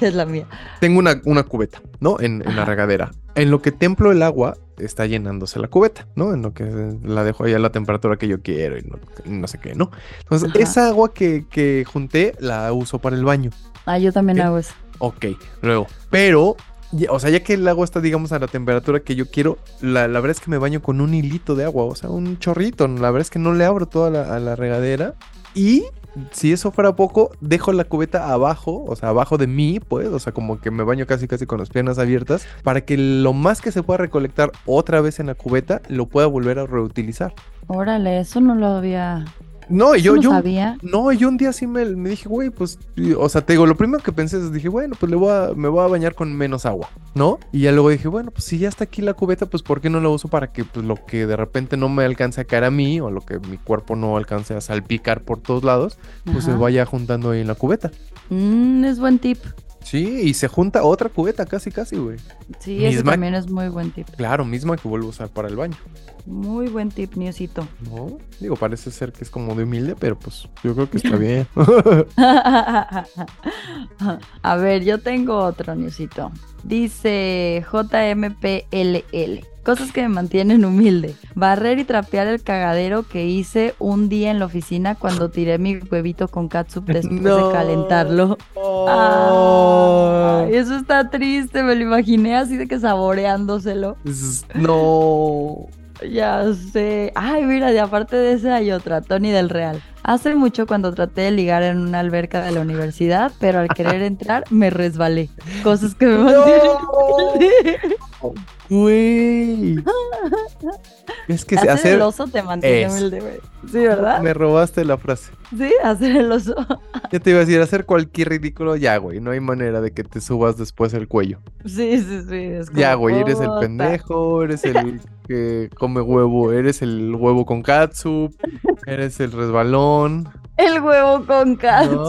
Speaker 2: es la mía.
Speaker 1: tengo una, una cubeta, ¿no? En, en la
Speaker 2: Ajá.
Speaker 1: regadera. En lo que templo el agua, está llenándose la cubeta, ¿no? En lo que la dejo ahí a la temperatura que yo quiero y no, y no sé qué, ¿no? Entonces,
Speaker 2: Ajá.
Speaker 1: esa agua que, que junté la uso para el baño.
Speaker 2: Ah, yo también
Speaker 1: ¿Qué?
Speaker 2: hago eso.
Speaker 1: Ok, luego. Pero, ya- o sea, ya que el agua está, digamos, a la temperatura que yo quiero, la, la verdad es que me baño con un hilito de agua, o sea, un chorrito. La verdad es que no le abro toda la, a la regadera. Y si eso fuera poco, dejo la cubeta abajo, o sea, abajo de mí, pues, o sea, como que me baño casi casi con las piernas abiertas, para que lo más que se pueda recolectar otra vez en la cubeta, lo pueda volver a reutilizar.
Speaker 2: Órale, eso no lo había
Speaker 1: no, yo,
Speaker 2: no
Speaker 1: yo,
Speaker 2: sabía.
Speaker 1: no, yo un día sí me, me dije, güey, pues, y- o sea, te digo, lo primero que pensé es, dije, bueno, pues le voy a, me voy a bañar con menos agua, ¿no? Y ya luego dije, bueno, pues si ya está aquí la cubeta, pues, ¿por qué no la uso para que, pues, lo que de repente no me alcance a caer a mí o lo que mi cuerpo no alcance a salpicar por todos lados, pues se
Speaker 2: Ajá.
Speaker 1: vaya juntando ahí en la cubeta.
Speaker 2: Mm, es buen tip.
Speaker 1: Sí, y se junta otra cubeta casi, casi, güey.
Speaker 2: Sí, ese
Speaker 1: Misma-
Speaker 2: también es muy buen tip.
Speaker 1: Claro, misma que vuelvo a usar para el baño,
Speaker 2: Muy buen tip, Niosito.
Speaker 1: ¿no? Digo, parece ser que es como de humilde, pero pues yo creo que está bien.
Speaker 2: A ver, yo tengo otro newsito. Dice JMPLL. Cosas que me mantienen humilde. Barrer y trapear el cagadero que hice un día en la oficina cuando tiré mi huevito con catsup después
Speaker 1: No.
Speaker 2: de calentarlo. Ay, eso está triste, me lo imaginé así de que saboreándoselo.
Speaker 1: Es- No.
Speaker 2: Ya sé. Ay, mira, y aparte de esa hay otra, Tony del Real. Hace mucho cuando traté de ligar en una alberca de la universidad, pero al querer entrar me resbalé. Cosas que me mantienen.
Speaker 1: Güey. Es que
Speaker 2: hacer,
Speaker 1: hacer.
Speaker 2: el oso te mantiene
Speaker 1: Eso.
Speaker 2: humilde, güey. Sí, ¿verdad?
Speaker 1: Me robaste la frase.
Speaker 2: Sí, hacer el oso.
Speaker 1: Ya te iba a decir, hacer cualquier ridículo, ya, güey. No hay manera de que te subas después el cuello.
Speaker 2: Sí, sí, sí. es como,
Speaker 1: Ya, güey, eres el
Speaker 2: puta.
Speaker 1: pendejo, eres el que come huevo, eres el huevo con katsup, eres el resbalón.
Speaker 2: El huevo con katsu.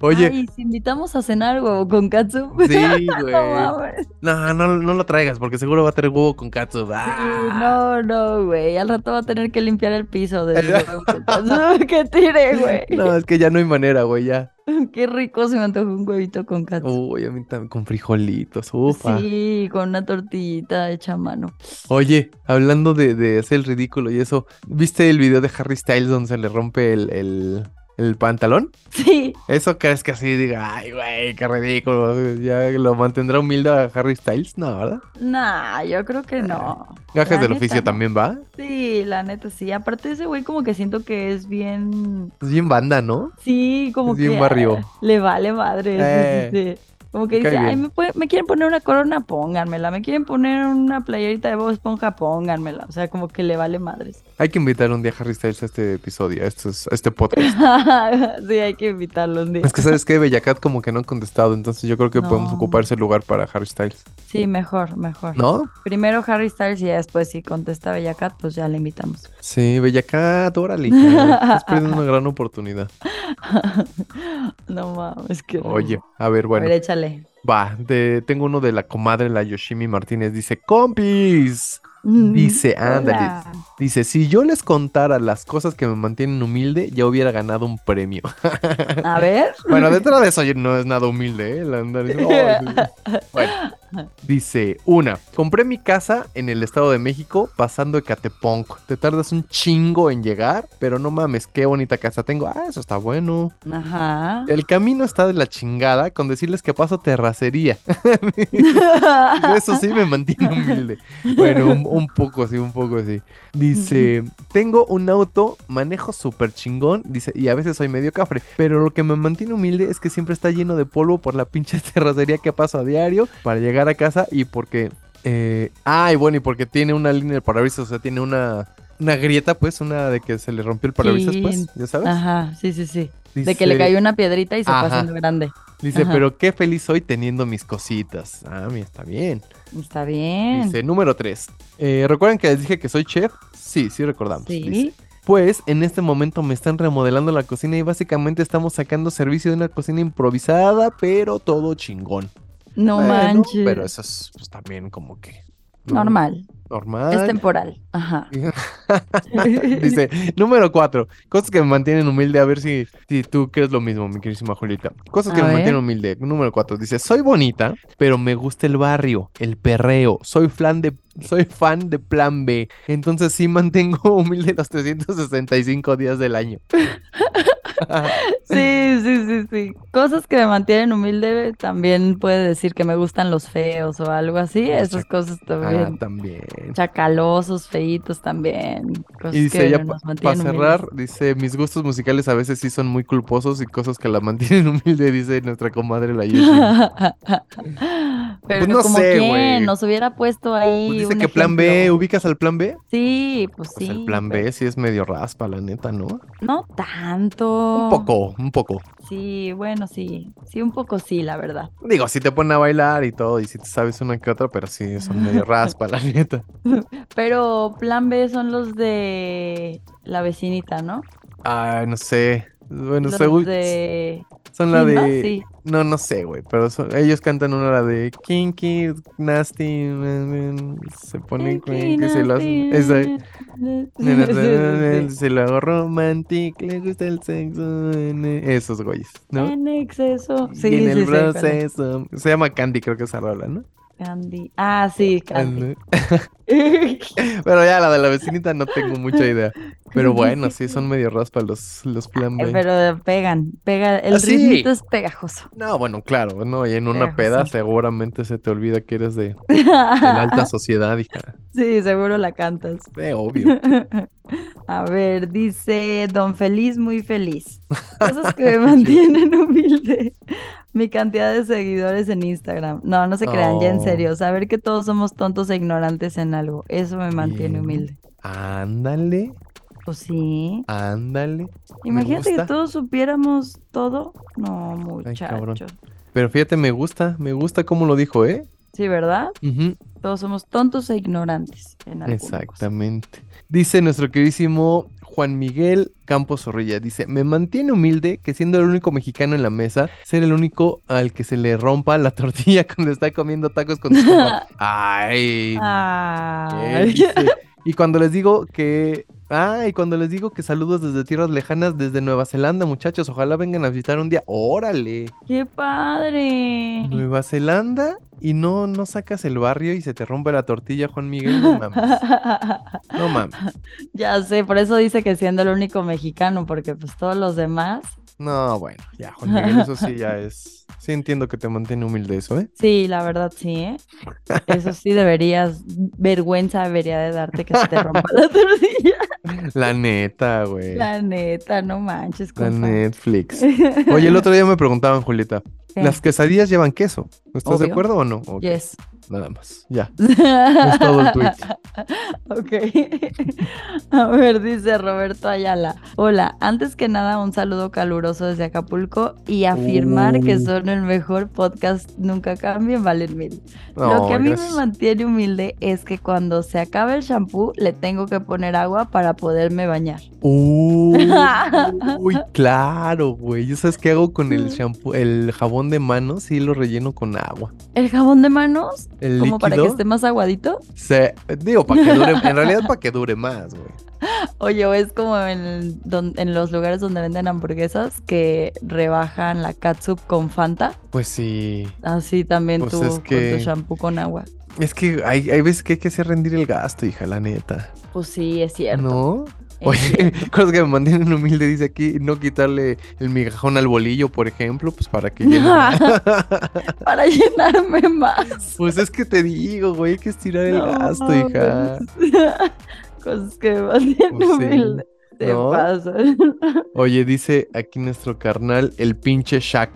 Speaker 1: Oye,
Speaker 2: Ay, si invitamos a cenar huevo con katsu.
Speaker 1: sí,
Speaker 2: No,
Speaker 1: güey.
Speaker 2: mames.
Speaker 1: No, no, no lo traigas porque seguro va a tener huevo con katsup.
Speaker 2: Sí,
Speaker 1: Ah.
Speaker 2: no, no, güey. Al rato va a tener que limpiar el piso del huevo que pasó, que tire, güey.
Speaker 1: No, es que ya no hay manera, güey, ya.
Speaker 2: Qué rico se me antojó un huevito con catsup.
Speaker 1: Uy, a mí también con frijolitos, ufa.
Speaker 2: sí, con una tortillita hecha a mano.
Speaker 1: Oye, hablando de, de hacer el ridículo y eso, ¿viste el video de Harry Styles donde se le rompe el, el- el pantalón?
Speaker 2: Sí,
Speaker 1: ¿Eso crees que así diga, ay, güey, qué ridículo? ¿Ya lo mantendrá humilde a Harry Styles? No, ¿verdad?
Speaker 2: nah, yo creo que no.
Speaker 1: Gajes
Speaker 2: La
Speaker 1: del
Speaker 2: neta,
Speaker 1: oficio
Speaker 2: no.
Speaker 1: también va.
Speaker 2: Sí, la neta, sí. Aparte ese güey como que siento que es bien...
Speaker 1: Es bien banda, ¿no?
Speaker 2: Sí, como
Speaker 1: es
Speaker 2: que...
Speaker 1: bien barrio.
Speaker 2: ah, Le vale madre. sí,
Speaker 1: Eh,
Speaker 2: sí, sí. Como que
Speaker 1: me cae
Speaker 2: dice, ay,
Speaker 1: bien.
Speaker 2: me, puede- me quieren poner una corona, pónganmela. Me quieren poner una playerita de Bob Esponja, pónganmela. O sea, como que le vale madres.
Speaker 1: Hay que invitar un día a Harry Styles a este episodio, a, estos- a este podcast.
Speaker 2: sí, hay que invitarlo un día.
Speaker 1: Es que, ¿sabes qué? Bellacat como que no han contestado, entonces yo creo que podemos
Speaker 2: No.
Speaker 1: ocupar ese lugar para Harry Styles,
Speaker 2: Sí, mejor, mejor.
Speaker 1: ¿no?
Speaker 2: Primero Harry Styles y ya después si contesta Bellacat, pues ya le invitamos.
Speaker 1: Sí, Bellacat, órale. cabrón, Estás perdiendo una gran oportunidad.
Speaker 2: no mames, que...
Speaker 1: Oye, a ver,
Speaker 2: Bueno.
Speaker 1: bueno,
Speaker 2: A ver, échale.
Speaker 1: va. de- tengo uno de la comadre, la Yoshimi Martínez. Dice, compis. Dice, ándale.
Speaker 2: Mm, Hola.
Speaker 1: Dice, si yo les contara las cosas que me mantienen humilde, ya hubiera ganado un premio.
Speaker 2: A ver.
Speaker 1: Bueno, dentro de eso yo- no es nada humilde, ¿eh? El andar diciendo, "Oh, sí". Bueno, dice, una, compré mi casa en el Estado de México pasando Ecatepec. Te tardas un chingo en llegar, pero no mames, qué bonita casa tengo. Ah, eso está bueno.
Speaker 2: Ajá.
Speaker 1: El camino está de la chingada con decirles que paso terracería. Eso sí me mantiene humilde. Bueno, un, un poco así, un poco así. Dice, tengo un auto, manejo súper chingón, dice, y a veces soy medio cafre, pero lo que me mantiene humilde es que siempre está lleno de polvo por la pinche terracería que paso a diario para llegar a casa y porque... Eh, ay, bueno, y porque tiene una línea de parabrisas, o sea, tiene una, una grieta, pues, una de que se le rompió el parabrisas,
Speaker 2: Sí.
Speaker 1: pues, ya sabes.
Speaker 2: Ajá, sí, sí, sí. De que le
Speaker 1: Dice-
Speaker 2: cayó una piedrita y se
Speaker 1: Ajá.
Speaker 2: fue haciendo grande.
Speaker 1: Dice,
Speaker 2: Ajá.
Speaker 1: pero qué feliz soy teniendo mis cositas. Ah, mira, está bien.
Speaker 2: Está bien.
Speaker 1: Dice, número 3. ¿Recuerdan que les dije que soy chef? Sí, sí recordamos.
Speaker 2: sí.
Speaker 1: dice. Pues en este momento me están remodelando la cocina y básicamente estamos sacando servicio de una cocina improvisada, pero todo chingón.
Speaker 2: No
Speaker 1: Bueno,
Speaker 2: manches.
Speaker 1: Pero eso es pues, también como que... ¿no?
Speaker 2: Normal. Este
Speaker 1: Normal.
Speaker 2: Es temporal. Ajá.
Speaker 1: Dice, número 4, cosas que me mantienen humilde, a ver si, si tú crees lo mismo, mi queridísima Julita. Cosas que
Speaker 2: A
Speaker 1: me
Speaker 2: ver.
Speaker 1: mantienen humilde. Número 4, dice, soy bonita, pero me gusta el barrio, el perreo, soy fan de, soy fan de plan B, entonces sí mantengo humilde los 365 días del año.
Speaker 2: Sí, sí, sí, sí. Cosas que me mantienen humilde, también puede decir que me gustan los feos o algo así. Esas cosas también.
Speaker 1: Ah, también.
Speaker 2: Chacalosos, feitos también. Cosas
Speaker 1: Y dice
Speaker 2: que
Speaker 1: ella,
Speaker 2: nos
Speaker 1: para
Speaker 2: mantienen
Speaker 1: cerrar, dice, mis gustos musicales a veces sí son muy culposos y cosas que la mantienen humilde, dice nuestra comadre la Yushi.
Speaker 2: humildes. Pero
Speaker 1: Pues no
Speaker 2: como
Speaker 1: sé,
Speaker 2: quién,
Speaker 1: güey.
Speaker 2: nos hubiera puesto ahí
Speaker 1: Pues dice
Speaker 2: un
Speaker 1: que plan B,
Speaker 2: ejemplo.
Speaker 1: ¿ubicas al plan B?
Speaker 2: Sí, pues,
Speaker 1: Pues
Speaker 2: sí.
Speaker 1: el plan
Speaker 2: pero
Speaker 1: B sí es medio raspa, la neta, ¿no?
Speaker 2: No tanto.
Speaker 1: Un poco, un poco.
Speaker 2: Sí, bueno, sí. Sí, un poco sí, la verdad.
Speaker 1: Digo, si te ponen a bailar y todo, y si te sabes una que otra, pero sí son medio raspa, la neta.
Speaker 2: Pero plan B son los de la vecinita, ¿no?
Speaker 1: Ay, no sé. Bueno,
Speaker 2: los
Speaker 1: según
Speaker 2: de...
Speaker 1: son la
Speaker 2: Sí, ¿no?
Speaker 1: de...
Speaker 2: Sí.
Speaker 1: No, no sé, güey, pero son- ellos cantan una la de Kinky, Nasty, mm, mm, se pone
Speaker 2: Kinky,
Speaker 1: que se lo hacen.
Speaker 2: nasty,
Speaker 1: Esa,
Speaker 2: na- na- na-
Speaker 1: Se lo hago romántico, le gusta el sexo. en- Esos güeyes, ¿no?
Speaker 2: En exceso. Sí,
Speaker 1: y en
Speaker 2: sí,
Speaker 1: el
Speaker 2: sé cuál es.
Speaker 1: proceso. Se llama Candy, creo que esa rola, ¿no?
Speaker 2: Candy. Ah, sí, Candy.
Speaker 1: Candy. Pero ya la de la vecinita no tengo mucha idea. Pero bueno, sí, Ah, son medio raspa los, los plan B.
Speaker 2: Pero pegan, pega, el
Speaker 1: Ah, sí.
Speaker 2: ritmito es pegajoso.
Speaker 1: No, bueno, claro, no, y en
Speaker 2: Pero
Speaker 1: una peda
Speaker 2: sí.
Speaker 1: seguramente se te olvida que eres de, de la alta sociedad, hija.
Speaker 2: Sí, seguro la cantas.
Speaker 1: Eh, obvio.
Speaker 2: A ver, dice Don Feliz, muy feliz. Cosas que me mantienen humilde. Mi cantidad de seguidores en Instagram. No, no se crean, ya en
Speaker 1: Oh.
Speaker 2: serio. Saber que todos somos tontos e ignorantes en algo. Eso me mantiene
Speaker 1: Bien.
Speaker 2: humilde.
Speaker 1: Ándale,
Speaker 2: Pues sí.
Speaker 1: ándale. Me
Speaker 2: Imagínate que
Speaker 1: gusta.
Speaker 2: todos supiéramos todo. No,
Speaker 1: cabrón.
Speaker 2: muchachos.
Speaker 1: Pero fíjate, me gusta, me gusta cómo lo dijo, ¿eh?
Speaker 2: Sí, ¿verdad?
Speaker 1: Ujú,
Speaker 2: Todos somos tontos e ignorantes en alguna cosa.
Speaker 1: Exactamente. Dice nuestro queridísimo Juan Miguel Campos Zorrilla. Dice, me mantiene humilde que siendo el único mexicano en la mesa, ser el único al que se le rompa la tortilla cuando está comiendo tacos con sus compas". Ay, ¿qué
Speaker 2: Ay.
Speaker 1: dice? Y cuando les digo que... Ah, y cuando les digo que saludos desde tierras lejanas, desde Nueva Zelanda, muchachos, ojalá vengan a visitar un día. Órale.
Speaker 2: ¡Qué padre!
Speaker 1: Nueva Zelanda y no, no sacas el barrio y se te rompe la tortilla, Juan Miguel. No mames. No mames.
Speaker 2: ya sé, por eso dice que siendo el único mexicano, porque pues todos los demás.
Speaker 1: No, bueno, ya, Juan Miguel, eso sí ya es. Sí entiendo que te mantiene humilde eso, ¿eh?
Speaker 2: Sí, la verdad sí, ¿eh? Eso sí deberías, vergüenza debería de darte que se te rompa la tortilla.
Speaker 1: La neta, güey. La,
Speaker 2: La neta, no manches, compa.
Speaker 1: Netflix. Oye, el otro día me preguntaban, Julieta,
Speaker 2: ¿Qué?
Speaker 1: ¿las quesadillas llevan queso? ¿Estás de
Speaker 2: Obvio.
Speaker 1: acuerdo o no? Ok,
Speaker 2: Yes.
Speaker 1: Nada más. Ya. Es todo el tweet.
Speaker 2: Ok. A ver, dice Roberto Ayala. Hola, antes que nada, un saludo caluroso desde Acapulco y afirmar que
Speaker 1: Uh.
Speaker 2: son el mejor podcast. Nunca cambien, valen mil. Lo
Speaker 1: No,
Speaker 2: que a mí
Speaker 1: gracias.
Speaker 2: me mantiene humilde es que cuando se acabe el shampoo, le tengo que poner agua para poderme bañar.
Speaker 1: Uy, uy, claro, güey. ¿Yo sabes qué hago con
Speaker 2: Mm.
Speaker 1: el shampoo, el jabón de mano? Sí, lo relleno con agua.
Speaker 2: ¿El jabón de manos?
Speaker 1: El
Speaker 2: Como para que
Speaker 1: líquido
Speaker 2: esté más aguadito.
Speaker 1: se- digo, para que dure, en realidad para que dure más, güey.
Speaker 2: Oye, o es como en, don- en los lugares donde venden hamburguesas que rebajan la catsup con Fanta.
Speaker 1: Pues sí.
Speaker 2: Así también
Speaker 1: Pues
Speaker 2: tú
Speaker 1: es
Speaker 2: con
Speaker 1: que-
Speaker 2: tu shampoo con agua.
Speaker 1: Es que hay, hay veces que hay que hacer rendir el gasto, hija, la neta.
Speaker 2: Pues sí, es cierto.
Speaker 1: ¿No?
Speaker 2: es
Speaker 1: Oye,
Speaker 2: cierto.
Speaker 1: cosas que me mantienen humilde, dice aquí, no quitarle el migajón al bolillo, por ejemplo, pues para que llene más.
Speaker 2: Para llenarme más.
Speaker 1: Pues es que te digo, güey, hay que estirar el
Speaker 2: No
Speaker 1: gasto, hija.
Speaker 2: mames. Cosas que más
Speaker 1: Pues sí.
Speaker 2: humilde. Te
Speaker 1: ¿No?
Speaker 2: pasan.
Speaker 1: Oye, dice aquí nuestro carnal, el pinche Shaq.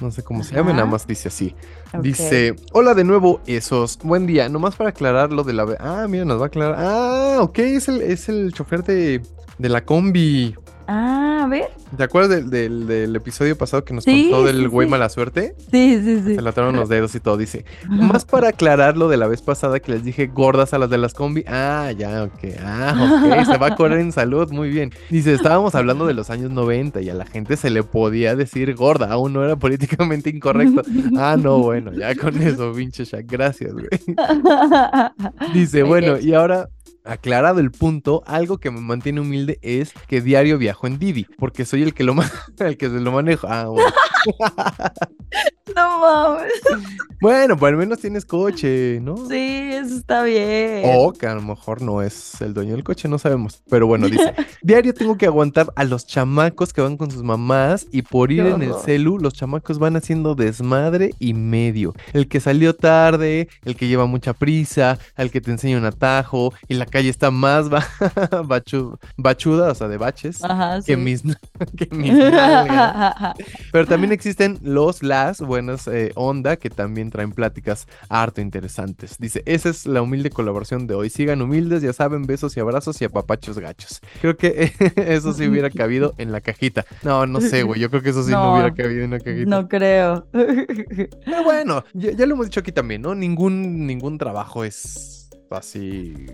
Speaker 1: No sé cómo se llama, nada
Speaker 2: Ajá.
Speaker 1: más dice así.
Speaker 2: Ok.
Speaker 1: Dice, hola de nuevo, esos. Buen día, nomás para aclarar lo de la... ve- Ah, mira, nos va a aclarar. Ah, ok, es el, es el chofer de, de la combi.
Speaker 2: Ah, a ver.
Speaker 1: ¿Te acuerdas del, del- del episodio pasado que nos
Speaker 2: Sí,
Speaker 1: contó
Speaker 2: sí,
Speaker 1: del güey
Speaker 2: sí.
Speaker 1: mala suerte?
Speaker 2: Sí, sí, sí.
Speaker 1: Se le ataron los dedos y todo, dice. Más para aclarar lo de la vez pasada que les dije gordas a las de las combi. Ah, ya, ok. Ah, ok. Se va a correr en salud, muy bien. Dice, estábamos hablando de los años 90 y a la gente se le podía decir gorda, aún no era políticamente incorrecto. Ah, no, bueno, ya con eso, pinche Shaq. Gracias, güey. Dice,
Speaker 2: Ok.
Speaker 1: bueno, y ahora, aclarado el punto, algo que me mantiene humilde es que diario viajo en Didi, porque soy el que lo, ma- el que se lo manejo. Ah, bueno.
Speaker 2: No mames.
Speaker 1: Bueno, pues al menos tienes coche, ¿no?
Speaker 2: Sí, eso está bien.
Speaker 1: O que a lo mejor no es el dueño del coche, no sabemos. Pero bueno, dice, diario tengo que aguantar a los chamacos que van con sus mamás y por ir
Speaker 2: Qué
Speaker 1: en el
Speaker 2: horror.
Speaker 1: celu, los chamacos van haciendo desmadre y medio. El que salió tarde, el que lleva mucha prisa, al que te enseña un atajo y la calle está más ba- bachu- bachuda, o sea, de baches.
Speaker 2: Ajá, Ah, sí.
Speaker 1: Que mis, que mis nalgas. Pero también existen los, las buenas eh, onda que también traen pláticas harto interesantes. Dice, esa es la humilde colaboración de hoy. Sigan humildes, ya saben, besos y abrazos y apapachos gachos. Creo que eso sí hubiera cabido en la cajita. No, no sé, güey. Yo creo que eso sí no,
Speaker 2: No,
Speaker 1: hubiera cabido en la cajita.
Speaker 2: no creo.
Speaker 1: Pero bueno, ya, ya lo hemos dicho aquí también, ¿no? Ningún, ningún trabajo es así...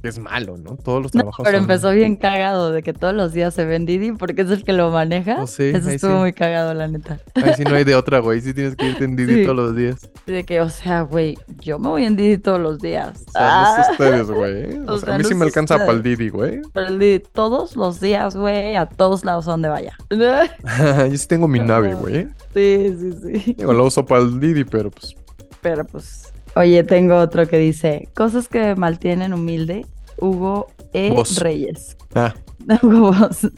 Speaker 1: Es malo, ¿no? Todos los
Speaker 2: No,
Speaker 1: trabajos
Speaker 2: pero
Speaker 1: son-
Speaker 2: empezó bien cagado de que todos los días se ven Didi porque es el que lo maneja.
Speaker 1: Oh, sí,
Speaker 2: Eso
Speaker 1: ahí
Speaker 2: estuvo
Speaker 1: sí.
Speaker 2: muy cagado, la neta.
Speaker 1: Ay, sí, no hay de otra, güey. Sí tienes que irte en Didi
Speaker 2: Sí.
Speaker 1: todos los días.
Speaker 2: De que, o sea, güey, yo me voy en Didi todos los días.
Speaker 1: O sea, no
Speaker 2: Ah,
Speaker 1: sé ustedes, güey. ¿eh? O,
Speaker 2: O
Speaker 1: sea,
Speaker 2: sea,
Speaker 1: a mí
Speaker 2: no
Speaker 1: sí me
Speaker 2: sé
Speaker 1: alcanza para el
Speaker 2: ustedes.
Speaker 1: Didi, güey.
Speaker 2: pero el Didi todos los días, güey, a todos lados a donde vaya.
Speaker 1: Yo sí tengo mi nave, güey.
Speaker 2: Sí, sí, sí.
Speaker 1: Digo, la uso para el Didi, pero pues.
Speaker 2: Pero pues. Oye, tengo otro que dice: Cosas que mantienen humilde, Hugo E.
Speaker 1: Vos.
Speaker 2: Reyes.
Speaker 1: Ah,
Speaker 2: Hugo Vos.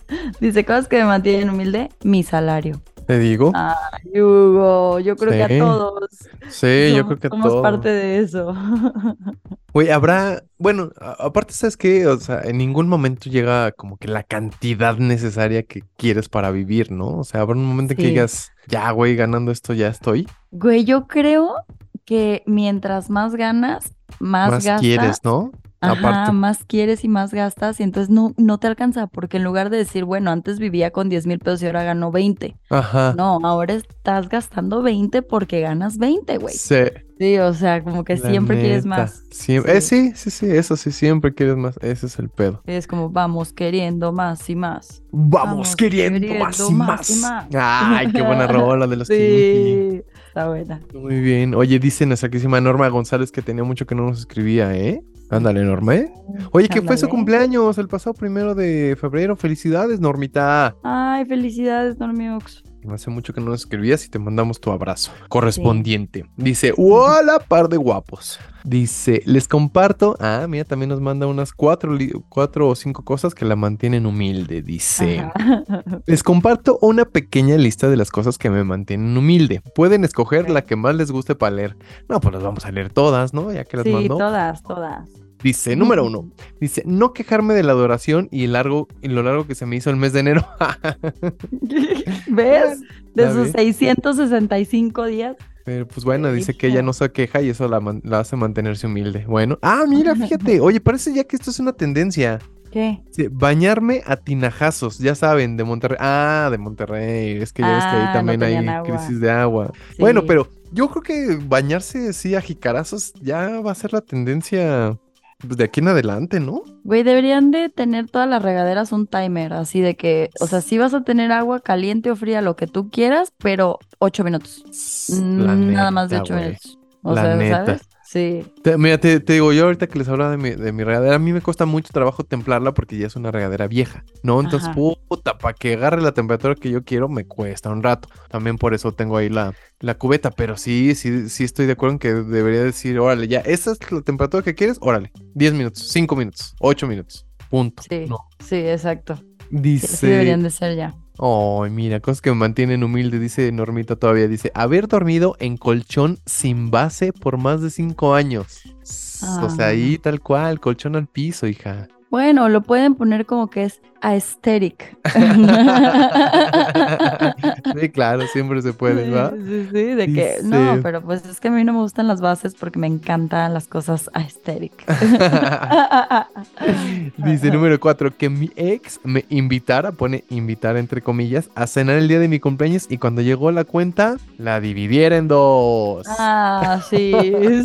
Speaker 2: Dice: Cosas que me mantienen humilde, mi salario.
Speaker 1: te digo.
Speaker 2: Ah, Ay, Hugo, yo creo que
Speaker 1: Sí.
Speaker 2: a todos.
Speaker 1: sí, yo
Speaker 2: Somos-
Speaker 1: creo que
Speaker 2: somos
Speaker 1: todo.
Speaker 2: parte de eso.
Speaker 1: Güey, habrá. Bueno, a- aparte, ¿sabes qué? O sea, en ningún momento llega como que la cantidad necesaria que quieres para vivir, ¿no? O sea, habrá un momento en que
Speaker 2: Sí.
Speaker 1: digas, ya, güey, ganando esto ya estoy.
Speaker 2: Güey, yo creo que mientras más ganas, más,
Speaker 1: Más
Speaker 2: gastas.
Speaker 1: quieres, ¿no?
Speaker 2: Ajá,
Speaker 1: Aparte.
Speaker 2: más quieres y más gastas y entonces no, no te alcanza porque en lugar de decir, bueno, antes vivía con 10 mil pesos y ahora gano 20.
Speaker 1: Ajá.
Speaker 2: No, ahora estás gastando 20 porque ganas 20, güey.
Speaker 1: Sí.
Speaker 2: Sí, o sea, como que
Speaker 1: la
Speaker 2: siempre quieres
Speaker 1: neta.
Speaker 2: más.
Speaker 1: Siempre- eh, sí, sí, sí, eso sí, siempre quieres más. Ese es el pedo.
Speaker 2: Es como vamos queriendo más y más.
Speaker 1: Vamos,
Speaker 2: Vamos,
Speaker 1: queriendo,
Speaker 2: queriendo
Speaker 1: más, y más.
Speaker 2: más y más.
Speaker 1: Ay, qué buena rola de los Kinky.
Speaker 2: Sí, está buena.
Speaker 1: Muy bien. Oye, dice nuestra querísima Norma González que tenía mucho que no nos escribía, ¿eh? Ándale, Norma. ¿eh? Oye, que fue su
Speaker 2: Ándale.
Speaker 1: cumpleaños el pasado primero de febrero. Felicidades, Normita.
Speaker 2: Ay, felicidades, Normiox.
Speaker 1: Hace mucho que no nos escribías y te mandamos tu abrazo correspondiente. Dice, hola, par de guapos. Dice, les comparto. Ah, mira, también nos manda unas cuatro, li- cuatro o cinco cosas que la mantienen humilde. Dice.
Speaker 2: Ajá.
Speaker 1: Les comparto una pequeña lista de las cosas que me mantienen humilde. Pueden escoger
Speaker 2: Ok.
Speaker 1: la que más les guste para leer. No, pues las vamos a leer todas, ¿no? Ya que las
Speaker 2: Sí,
Speaker 1: mando.
Speaker 2: todas, todas.
Speaker 1: Dice, número uno. Dice, no quejarme de la adoración y, el largo, y lo largo que se me hizo el mes de enero.
Speaker 2: ¿Ves?
Speaker 1: Ya
Speaker 2: De sus
Speaker 1: vi.
Speaker 2: 665 días.
Speaker 1: Pero pues bueno,
Speaker 2: Qué
Speaker 1: dice que ella
Speaker 2: rico.
Speaker 1: no se queja y eso la, man- la hace mantenerse humilde. Bueno. Ah, mira, fíjate. Oye, parece ya que esto es una tendencia.
Speaker 2: ¿Qué?
Speaker 1: Dice, bañarme a tinajazos, ya saben, de Monterrey. Ah, de Monterrey. Es que ya ves que
Speaker 2: Ah,
Speaker 1: ahí
Speaker 2: no
Speaker 1: también hay
Speaker 2: tenían agua.
Speaker 1: crisis de agua. Bueno,
Speaker 2: Sí.
Speaker 1: pero yo creo que bañarse así a jicarazos ya va a ser la tendencia pues, de aquí en adelante, ¿no?
Speaker 2: Güey, deberían de tener todas las regaderas un timer, así de que, o sea, sí vas a tener agua caliente o fría, lo que tú quieras, pero 8 minutos.
Speaker 1: La
Speaker 2: Mm, Nada más de
Speaker 1: neta,
Speaker 2: 8
Speaker 1: güey.
Speaker 2: minutos. O
Speaker 1: La
Speaker 2: sea,
Speaker 1: neta.
Speaker 2: ¿sabes? Sí.
Speaker 1: Te- mira, te, te digo, yo ahorita que les hablaba de mi, de mi regadera, a mí me cuesta mucho trabajo templarla porque ya es una regadera vieja, ¿no? Entonces,
Speaker 2: Ajá.
Speaker 1: puta, para que agarre la temperatura que yo quiero, me cuesta un rato. También por eso tengo ahí la, la cubeta, pero sí, sí, sí estoy de acuerdo en que debería decir, órale, ya, esa es la temperatura que quieres, órale, 10 minutos, 5 minutos, 8 minutos, punto.
Speaker 2: Sí.
Speaker 1: No.
Speaker 2: Sí, exacto. Sí, así
Speaker 1: Dice,
Speaker 2: deberían de ser ya.
Speaker 1: Oh, mira, cosas que me mantienen humilde, dice Normita todavía, dice, haber dormido en colchón sin base por más de cinco años. S- O sea,
Speaker 2: Ah.
Speaker 1: ahí tal cual, colchón al piso, hija.
Speaker 2: Bueno, lo pueden poner como que es aesthetic.
Speaker 1: Sí, claro, siempre se puede, ¿va?
Speaker 2: Sí, sí, sí, de que no,
Speaker 1: Dice-
Speaker 2: pero pues es que a mí no me gustan las bases porque me encantan las cosas Ah, aesthetic.
Speaker 1: Dice número cuatro, que mi ex me invitara, pone invitar entre comillas, a cenar el día de mi cumpleaños y cuando llegó la cuenta, la dividiera en dos.
Speaker 2: ah, sí,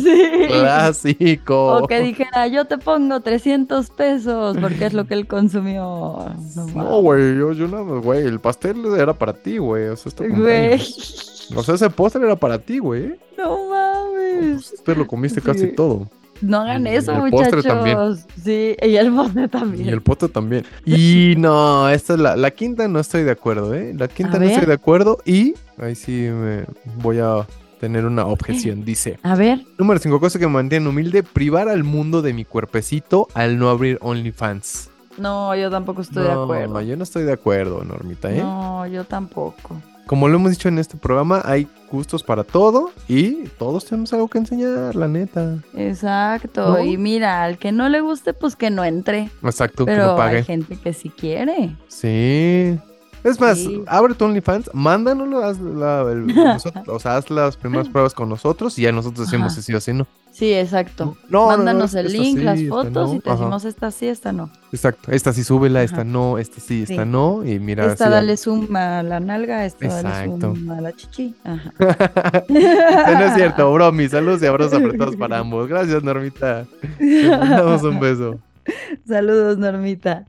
Speaker 2: sí.
Speaker 1: Clásico.
Speaker 2: O que dijera, yo te pongo 300 pesos porque es lo que él consumió. No,
Speaker 1: No, güey, yo, yo nada más, güey, el pastel era para ti, güey. O sea, esto
Speaker 2: mames. Güey,
Speaker 1: O sea, ese postre era para ti, güey. ¿eh?
Speaker 2: no
Speaker 1: Pues,
Speaker 2: mames.
Speaker 1: Usted lo comiste casi
Speaker 2: Sí.
Speaker 1: todo.
Speaker 2: No hagan
Speaker 1: Y el
Speaker 2: eso,
Speaker 1: postre también.
Speaker 2: muchachos. Sí, y el postre
Speaker 1: Y
Speaker 2: también.
Speaker 1: el postre también. Y no, esta es la, la quinta, no estoy de acuerdo, ¿eh? La quinta
Speaker 2: A
Speaker 1: no estoy
Speaker 2: ver.
Speaker 1: de acuerdo. Y Ahí sí me voy a tener una objeción. Dice,
Speaker 2: A ver,
Speaker 1: número 5, cosa que me mantiene humilde, privar al mundo de mi cuerpecito al no abrir OnlyFans.
Speaker 2: no, yo tampoco estoy de
Speaker 1: No,
Speaker 2: acuerdo.
Speaker 1: yo no estoy de acuerdo, Normita, ¿eh?
Speaker 2: No, yo tampoco.
Speaker 1: Como lo hemos dicho en este programa, hay gustos para todo y todos tenemos algo que enseñar, la neta.
Speaker 2: Exacto.
Speaker 1: ¿No?
Speaker 2: Y mira, al que no le guste, pues que no entre.
Speaker 1: Exacto, que
Speaker 2: Pero
Speaker 1: no pague.
Speaker 2: hay gente que sí quiere.
Speaker 1: Sí. Es más,
Speaker 2: Sí.
Speaker 1: abre tu OnlyFans, mándanoslo, haz, la- el- nosotros- o sea, haz las primeras pruebas con nosotros y ya nosotros decimos
Speaker 2: Ajá.
Speaker 1: si sí o si no.
Speaker 2: Sí, exacto.
Speaker 1: No, no, no, es
Speaker 2: Mándanos
Speaker 1: que
Speaker 2: el
Speaker 1: esta
Speaker 2: link,
Speaker 1: sí,
Speaker 2: las
Speaker 1: esta
Speaker 2: fotos
Speaker 1: no,
Speaker 2: y te
Speaker 1: ajá.
Speaker 2: decimos esta sí, esta no.
Speaker 1: Exacto, esta sí súbela, esta
Speaker 2: Ajá.
Speaker 1: no, esta sí, esta
Speaker 2: Sí.
Speaker 1: no. Y mira,
Speaker 2: esta
Speaker 1: sí,
Speaker 2: dale zoom a la nalga, esta
Speaker 1: Exacto. Este
Speaker 2: dale zoom a la chichi. Ajá.
Speaker 1: no es cierto, bro. Mis saludos y abrazos apretados para ambos. Gracias, Normita. Te mandamos un beso.
Speaker 2: Saludos, Normita.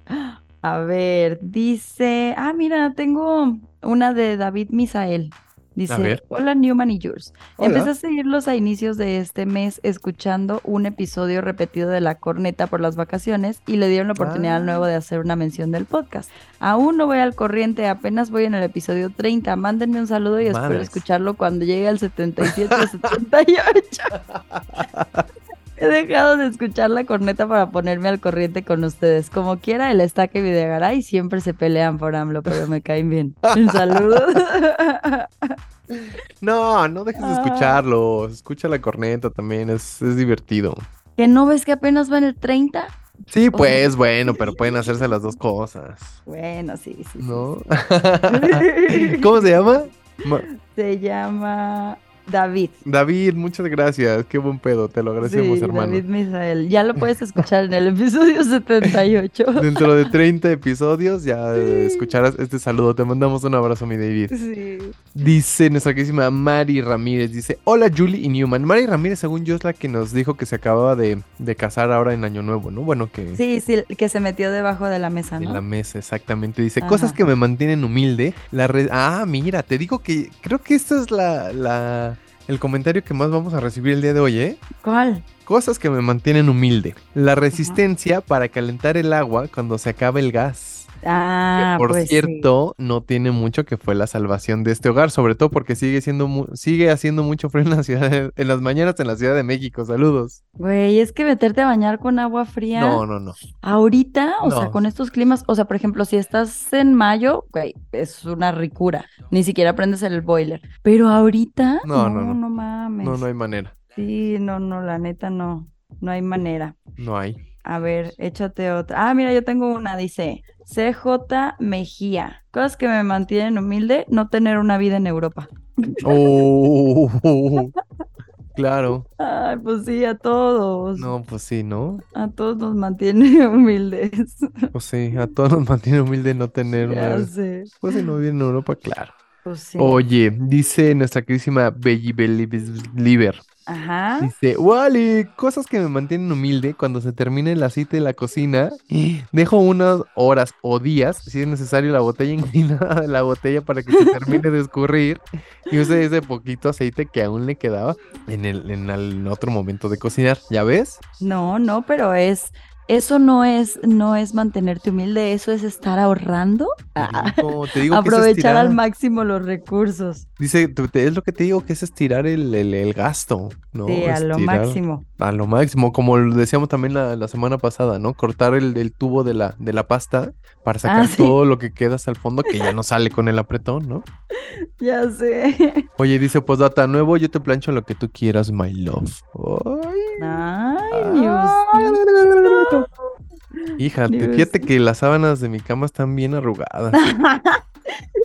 Speaker 2: A ver, dice, ah, mira, tengo una de David Misael. Dice,
Speaker 1: ver.
Speaker 2: hola Newman y Yours.
Speaker 1: Hola.
Speaker 2: Empecé a seguirlos a inicios de este mes escuchando un episodio repetido de La Corneta por las vacaciones y le dieron la oportunidad
Speaker 1: Ah.
Speaker 2: al nuevo de hacer una mención del podcast. Aún no voy al corriente, apenas voy en el episodio 30. Mándenme un saludo y espero
Speaker 1: Madres.
Speaker 2: escucharlo cuando llegue al 77 o 78. He dejado de escuchar la corneta para ponerme al corriente con ustedes. Como quiera, el estaque y Videgaray siempre se pelean por AMLO, pero me caen bien. Un saludo.
Speaker 1: No, no dejes de
Speaker 2: Ah.
Speaker 1: escucharlos. Escucha la corneta también, es, es divertido.
Speaker 2: ¿Que no ves que apenas va en el 30?
Speaker 1: Sí, pues bueno, pero pueden hacerse las dos cosas.
Speaker 2: Bueno, sí, sí, sí.
Speaker 1: ¿No?
Speaker 2: sí.
Speaker 1: ¿Cómo se llama? Ma-
Speaker 2: Se llama David.
Speaker 1: David, muchas gracias. Qué buen pedo, te lo agradecemos,
Speaker 2: Sí,
Speaker 1: hermano.
Speaker 2: David Misael. Ya lo puedes escuchar en el episodio 78.
Speaker 1: Dentro de 30 episodios ya eh,
Speaker 2: Sí.
Speaker 1: escucharás este saludo. Te mandamos un abrazo, mi David.
Speaker 2: Sí.
Speaker 1: Dice nuestra queridísima Mari Ramírez, dice, hola Julie y Newman. Mari Ramírez, según yo, es la que nos dijo que se acababa de, de casar ahora en Año Nuevo, ¿no? Bueno, que
Speaker 2: Sí, sí, el que se metió debajo de la mesa,
Speaker 1: de
Speaker 2: ¿no?
Speaker 1: la mesa, exactamente. Dice, cosas
Speaker 2: Ajá.
Speaker 1: que me mantienen humilde. La red... Ah, mira, te digo que creo que esta es la, la- el comentario que más vamos a recibir el día de hoy, ¿eh?
Speaker 2: ¿Cuál?
Speaker 1: Cosas que me mantienen humilde. La resistencia para calentar el agua cuando se acaba el gas. que,
Speaker 2: Ah,
Speaker 1: por
Speaker 2: pues sí.
Speaker 1: cierto, no tiene mucho que fue la salvación de este hogar, sobre todo porque sigue siendo mu- sigue haciendo mucho frío en la ciudad de- en las mañanas en la Ciudad de México. Saludos.
Speaker 2: Güey, es que meterte a bañar con agua fría
Speaker 1: No, no, no.
Speaker 2: ahorita, o sea,
Speaker 1: No.
Speaker 2: con estos climas, o sea, por ejemplo, si estás en mayo, güey, es una ricura, ni siquiera prendes el boiler, pero ahorita,
Speaker 1: No, no, no.
Speaker 2: mames.
Speaker 1: No, no hay manera.
Speaker 2: Sí, no, no, la neta no, no hay manera.
Speaker 1: No hay.
Speaker 2: A ver, échate otra. Ah, mira, yo tengo una, dice CJ Mejía. Cosas que me mantienen humilde, no tener una vida en Europa.
Speaker 1: Oh, claro.
Speaker 2: Ay, pues sí, a todos,
Speaker 1: No, pues sí, ¿no?
Speaker 2: a todos nos mantiene humildes.
Speaker 1: Pues sí, a todos nos mantiene humilde no tener una.
Speaker 2: Ya sé.
Speaker 1: Pues si no vive en Europa, claro.
Speaker 2: Pues sí.
Speaker 1: Oye, dice nuestra queridísima Belly Believer.
Speaker 2: Ajá.
Speaker 1: Dice, Wally, cosas que me mantienen humilde cuando se termine la cita en la cocina. Dejo unas horas o días, si es necesario, la botella inclinada de la botella para que se termine de escurrir. Y use ese poquito aceite que aún le quedaba en el, en el otro momento de cocinar. ¿Ya ves?
Speaker 2: No, no, pero es, eso no es, no es mantenerte humilde, eso es estar ahorrando,
Speaker 1: Te
Speaker 2: Ah,
Speaker 1: digo, te digo que es
Speaker 2: aprovechar al
Speaker 1: estirar.
Speaker 2: máximo los recursos,
Speaker 1: Dice, tú- te- es lo que te digo, que es estirar el, el- el gasto, ¿no?
Speaker 2: sí, a lo
Speaker 1: Estirar
Speaker 2: máximo.
Speaker 1: A lo máximo, como lo decíamos también la, la semana pasada, ¿no? Cortar el, el tubo de la, de la pasta para sacar
Speaker 2: Ah, sí.
Speaker 1: todo lo que queda hasta el fondo, que ya no sale con el apretón, ¿no?
Speaker 2: Ya sé.
Speaker 1: Oye, dice, pues data nuevo, yo te plancho lo que tú quieras, my love.
Speaker 2: Ay,
Speaker 1: Ay.
Speaker 2: Dios.
Speaker 1: Híjate,
Speaker 2: Dios.
Speaker 1: Ah. fíjate que las sábanas de mi cama están bien arrugadas.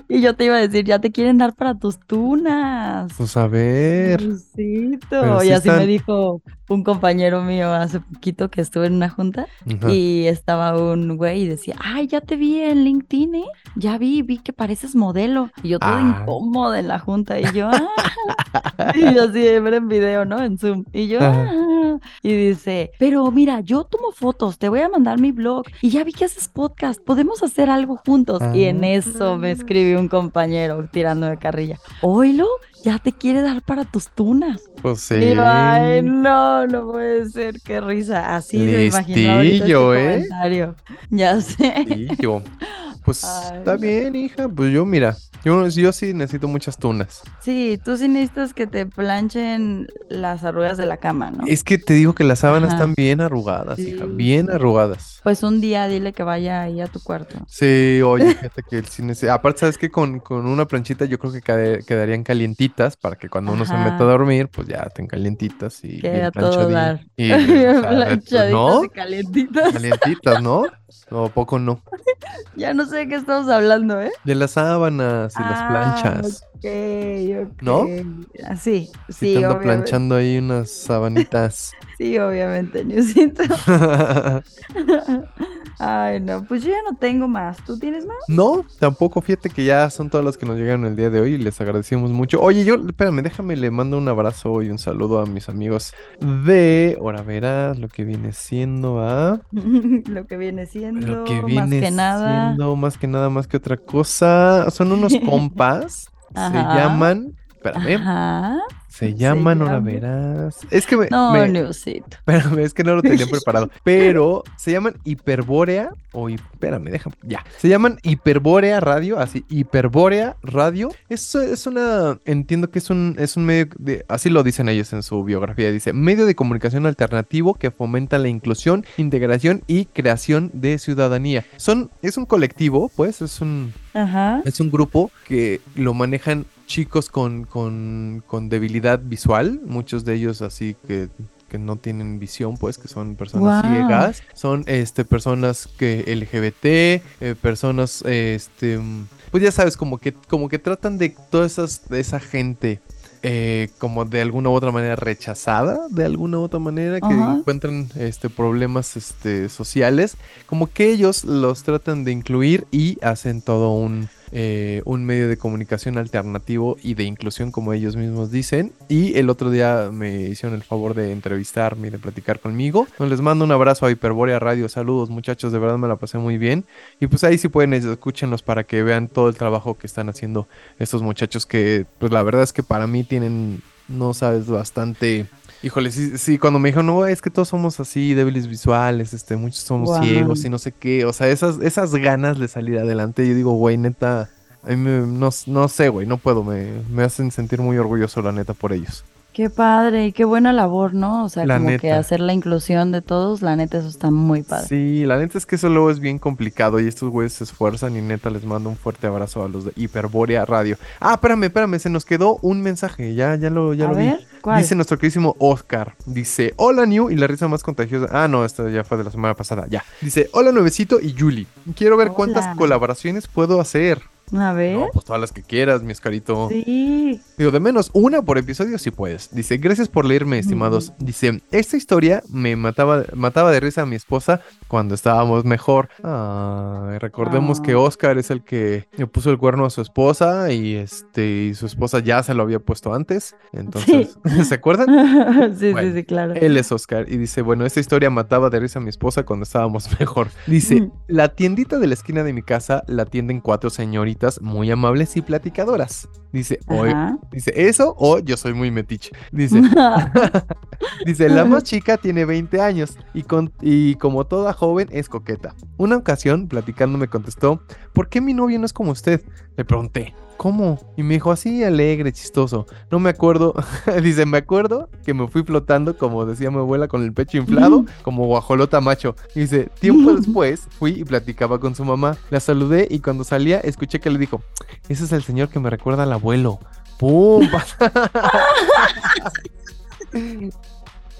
Speaker 2: Y yo te iba a decir, ya te quieren dar para tus tunas.
Speaker 1: Pues a ver.
Speaker 2: Lucito.
Speaker 1: Pero sí
Speaker 2: Y así
Speaker 1: están-
Speaker 2: me dijo un compañero mío hace poquito que estuve en una junta.
Speaker 1: Ajá.
Speaker 2: Y estaba un güey y decía, ay, ya te vi en LinkedIn, ¿eh? Ya vi, vi que pareces modelo. Y yo todo
Speaker 1: Ah.
Speaker 2: incómodo en la junta. Y yo, "Ah". y yo así de ver en video, ¿no? En Zoom. Y yo,
Speaker 1: Ajá.
Speaker 2: "Ah". y dice, pero mira, yo tomo fotos, te voy a mandar mi blog. Y ya vi que haces podcast, podemos hacer algo juntos. Y en
Speaker 1: Ah.
Speaker 2: eso me escribió un compañero tirando de carrilla. Oilo, ya te quiere dar para tus tunas.
Speaker 1: Pues sí.
Speaker 2: Y yo, Ay, no, no puede ser, qué risa. Así me imaginaba ahorita este
Speaker 1: Listillo, ¿eh?
Speaker 2: comentario. Ya sé.
Speaker 1: Y yo, Pues
Speaker 2: Ay.
Speaker 1: está bien, hija. Pues yo, mira, yo, yo sí necesito muchas tunas.
Speaker 2: Sí, tú sí necesitas que te planchen las arrugas de la cama, ¿no?
Speaker 1: Es que te digo que las sábanas
Speaker 2: Ajá.
Speaker 1: están bien arrugadas,
Speaker 2: Sí.
Speaker 1: hija, bien arrugadas.
Speaker 2: Pues un día dile que vaya ahí a tu cuarto.
Speaker 1: Sí, oye, fíjate que el cine se... Aparte, ¿sabes que Con, con una planchita yo creo que cade- quedarían calientitas para que cuando uno se
Speaker 2: Ajá.
Speaker 1: meta a dormir, pues ya estén calientitas y
Speaker 2: Queda
Speaker 1: bien
Speaker 2: todo
Speaker 1: planchadín-
Speaker 2: dar.
Speaker 1: y, o sea, pues,
Speaker 2: Planchaditas
Speaker 1: ¿No?
Speaker 2: y calentitas.
Speaker 1: Calientitas, ¿no? ¿O poco no?
Speaker 2: Ya no sé de qué estamos hablando, ¿eh?
Speaker 1: De las sábanas y las
Speaker 2: Ah,
Speaker 1: planchas.
Speaker 2: ok, ok.
Speaker 1: ¿No?
Speaker 2: Ah, sí,
Speaker 1: Si
Speaker 2: sí,
Speaker 1: te ando
Speaker 2: obviamente.
Speaker 1: planchando ahí unas sabanitas.
Speaker 2: Sí, obviamente, Newsito. Ay, no, pues yo ya no tengo más. ¿Tú tienes más?
Speaker 1: No, tampoco. Fíjate que ya son todas las que nos llegaron el día de hoy y les agradecemos mucho. Oye, yo, espérame, déjame, le mando un abrazo y un saludo a mis amigos de. Ahora verás lo que viene siendo ¿ah? a.
Speaker 2: Lo que viene siendo,
Speaker 1: Lo que
Speaker 2: más
Speaker 1: viene
Speaker 2: que nada.
Speaker 1: siendo más que nada, más que otra cosa. Son unos compas. se
Speaker 2: Ajá.
Speaker 1: llaman. Espérame.
Speaker 2: Ajá.
Speaker 1: Se llaman, ahora
Speaker 2: llaman-
Speaker 1: verás. Es que me,
Speaker 2: No,
Speaker 1: Eh, me-
Speaker 2: Newsito.
Speaker 1: Espérame, es que no lo tenía preparado. Pero se llaman Hiperbórea o hi- espérame, déjame. Ya. Se llaman Hiperbórea Radio, así, Hiperbórea Radio. Es, es una. Entiendo que es un, es un medio de. Así lo dicen ellos en su biografía. Dice: medio de comunicación alternativo que fomenta la inclusión, integración y creación de ciudadanía. Son, es un colectivo, pues, es un.
Speaker 2: Ajá.
Speaker 1: Es un grupo que lo manejan chicos con, con, con debilidad visual, muchos de ellos así que, que no tienen visión, pues, que son personas
Speaker 2: Guau.
Speaker 1: ciegas, son este, personas que LGBT, eh, personas, eh, este, mm, pues ya sabes, como que, como que tratan de toda esas, de esa gente. eh, como de alguna u otra manera rechazada, de alguna u otra manera, que
Speaker 2: Ajá.
Speaker 1: encuentran este, problemas este, sociales como que ellos los tratan de incluir y hacen todo un, eh, un medio de comunicación alternativo y de inclusión, como ellos mismos dicen. Y el otro día me hicieron el favor de entrevistarme y de platicar conmigo. Entonces, les mando un abrazo a Hiperbórea Radio. Saludos, muchachos, de verdad me la pasé muy bien. Y pues ahí sí pueden, es- escúchenlos para que vean todo el trabajo que están haciendo estos muchachos que, pues la verdad es que para mí tienen, no sabes, bastante... Híjole, sí, sí, cuando me dijo, no, es que todos somos así, débiles visuales, este, muchos somos
Speaker 2: Guau.
Speaker 1: ciegos y no sé qué. O sea, esas, esas ganas de salir adelante, yo digo, güey, neta, a mí me- no, no sé, güey, no puedo, me, me hacen sentir muy orgulloso, la neta, por ellos.
Speaker 2: Qué padre y qué buena labor, ¿no? O sea,
Speaker 1: La
Speaker 2: como que
Speaker 1: neta.
Speaker 2: hacer la inclusión de todos, la neta, eso está muy padre.
Speaker 1: Sí, la neta es que eso luego es bien complicado y estos güeyes se esfuerzan y neta les mando un fuerte abrazo a los de Hiperbórea Radio. Ah, espérame, espérame, se nos quedó un mensaje, ya, ya lo, ya
Speaker 2: a
Speaker 1: lo vi.
Speaker 2: ver, ¿cuál?
Speaker 1: Dice nuestro queridísimo Oscar. Dice, hola New y la risa más contagiosa. Ah, no, esta ya fue de la semana pasada, ya. Dice, hola Nuevecito y Julie. Quiero ver
Speaker 2: Hola.
Speaker 1: cuántas colaboraciones puedo hacer.
Speaker 2: A ver.
Speaker 1: No, pues todas las que quieras, mi Oscarito.
Speaker 2: Sí.
Speaker 1: Digo, de menos una por episodio si puedes. Dice, gracias por leerme, estimados. Dice, esta historia me mataba, mataba de risa a mi esposa cuando estábamos mejor. Ay, recordemos
Speaker 2: Ah.
Speaker 1: que Oscar es el que le puso el cuerno a su esposa y este y su esposa ya se lo había puesto antes. Entonces, ¿se acuerdan?
Speaker 2: sí, sí,
Speaker 1: Bueno,
Speaker 2: sí, claro.
Speaker 1: Él es Oscar y dice, bueno, esta historia mataba de risa a mi esposa cuando estábamos mejor. Dice,
Speaker 2: Mm.
Speaker 1: la tiendita de la esquina de mi casa la atienden cuatro señoritas muy amables y platicadoras. Dice, hoy,
Speaker 2: Ajá.
Speaker 1: dice eso o yo soy muy metiche. Dice, Dice, la más chica tiene 20 años y, con- y como toda joven es coqueta. Una ocasión, platicando, me contestó, ¿por qué mi novio no es como usted? Le pregunté, ¿cómo? Y me dijo, así alegre, chistoso. No me acuerdo, dice, me acuerdo que me fui flotando, como decía mi abuela, con el pecho inflado, como guajolota macho. Dice, tiempo después fui y platicaba con su mamá. La saludé y cuando salía escuché que le dijo, ese es el señor que me recuerda al abuelo. ¡Pum!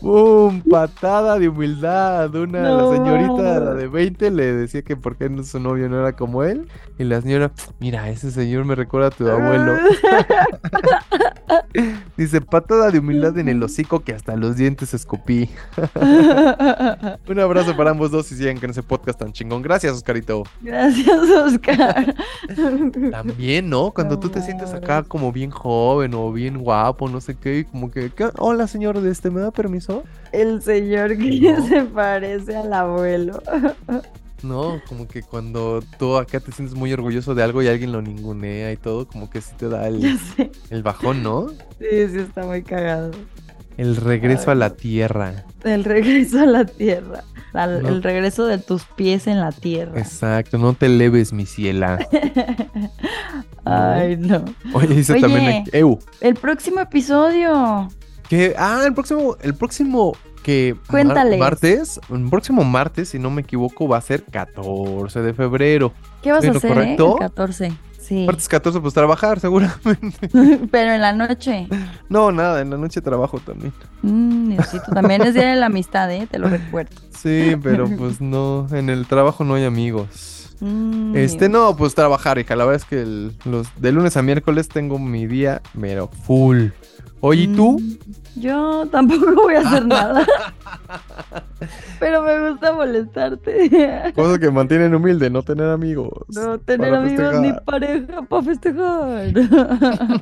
Speaker 1: ¡Pum! Patada de humildad. Una,
Speaker 2: No
Speaker 1: la señorita la
Speaker 2: mames.
Speaker 1: de 20 le decía que por qué no- su novio no era como él. Y la señora, mira, ese señor me recuerda a tu abuelo. Dice, patada de humildad en el hocico que hasta los dientes escupí. Un abrazo para ambos dos y sigan con ese podcast tan chingón. Gracias, Oscarito.
Speaker 2: Gracias, Oscar.
Speaker 1: También, ¿no? Cuando
Speaker 2: No
Speaker 1: tú te sientes acá
Speaker 2: mames.
Speaker 1: como bien joven o bien guapo, no sé qué, y como que, ¿qué? hola señor, de este, ¿me da permiso?
Speaker 2: El señor que
Speaker 1: No.
Speaker 2: se parece al abuelo.
Speaker 1: No, como que cuando tú acá te sientes muy orgulloso de algo y alguien lo ningunea y todo, como que sí te da
Speaker 2: Ya
Speaker 1: el,
Speaker 2: sé.
Speaker 1: el bajón, ¿no?
Speaker 2: Sí, sí, está muy cagado.
Speaker 1: El regreso a la tierra.
Speaker 2: El regreso a la tierra. La-
Speaker 1: No.
Speaker 2: El regreso de tus pies en la tierra.
Speaker 1: Exacto, no te leves, mi ciela.
Speaker 2: Ay, no.
Speaker 1: Oye, dice
Speaker 2: Oye.
Speaker 1: también aquí- Eu.
Speaker 2: El próximo episodio.
Speaker 1: Que, ah, el próximo, el próximo que mar-
Speaker 2: Cuéntales.
Speaker 1: martes, el próximo martes, si no me equivoco, va a ser 14 de febrero.
Speaker 2: ¿Qué vas
Speaker 1: ¿Estoy en
Speaker 2: a
Speaker 1: lo
Speaker 2: hacer, eh?
Speaker 1: correcto?
Speaker 2: El 14. Sí.
Speaker 1: Martes 14, pues trabajar, seguro.
Speaker 2: Pero en la noche.
Speaker 1: No, nada, en la noche trabajo también.
Speaker 2: Mm, Diosito, también es día de la amistad, ¿eh? Te lo recuerdo.
Speaker 1: Sí, pero pues no, en el trabajo no hay amigos.
Speaker 2: Mm,
Speaker 1: Este no, pues trabajar, hija. La verdad es que el- los, de lunes a miércoles tengo mi día, pero full. Oye, ¿y tú?
Speaker 2: Mm, Yo tampoco voy a hacer nada. Pero me gusta molestarte.
Speaker 1: Cosas que mantienen humilde, no tener amigos.
Speaker 2: No tener
Speaker 1: Para
Speaker 2: amigos ni
Speaker 1: festejar.
Speaker 2: pareja para festejar.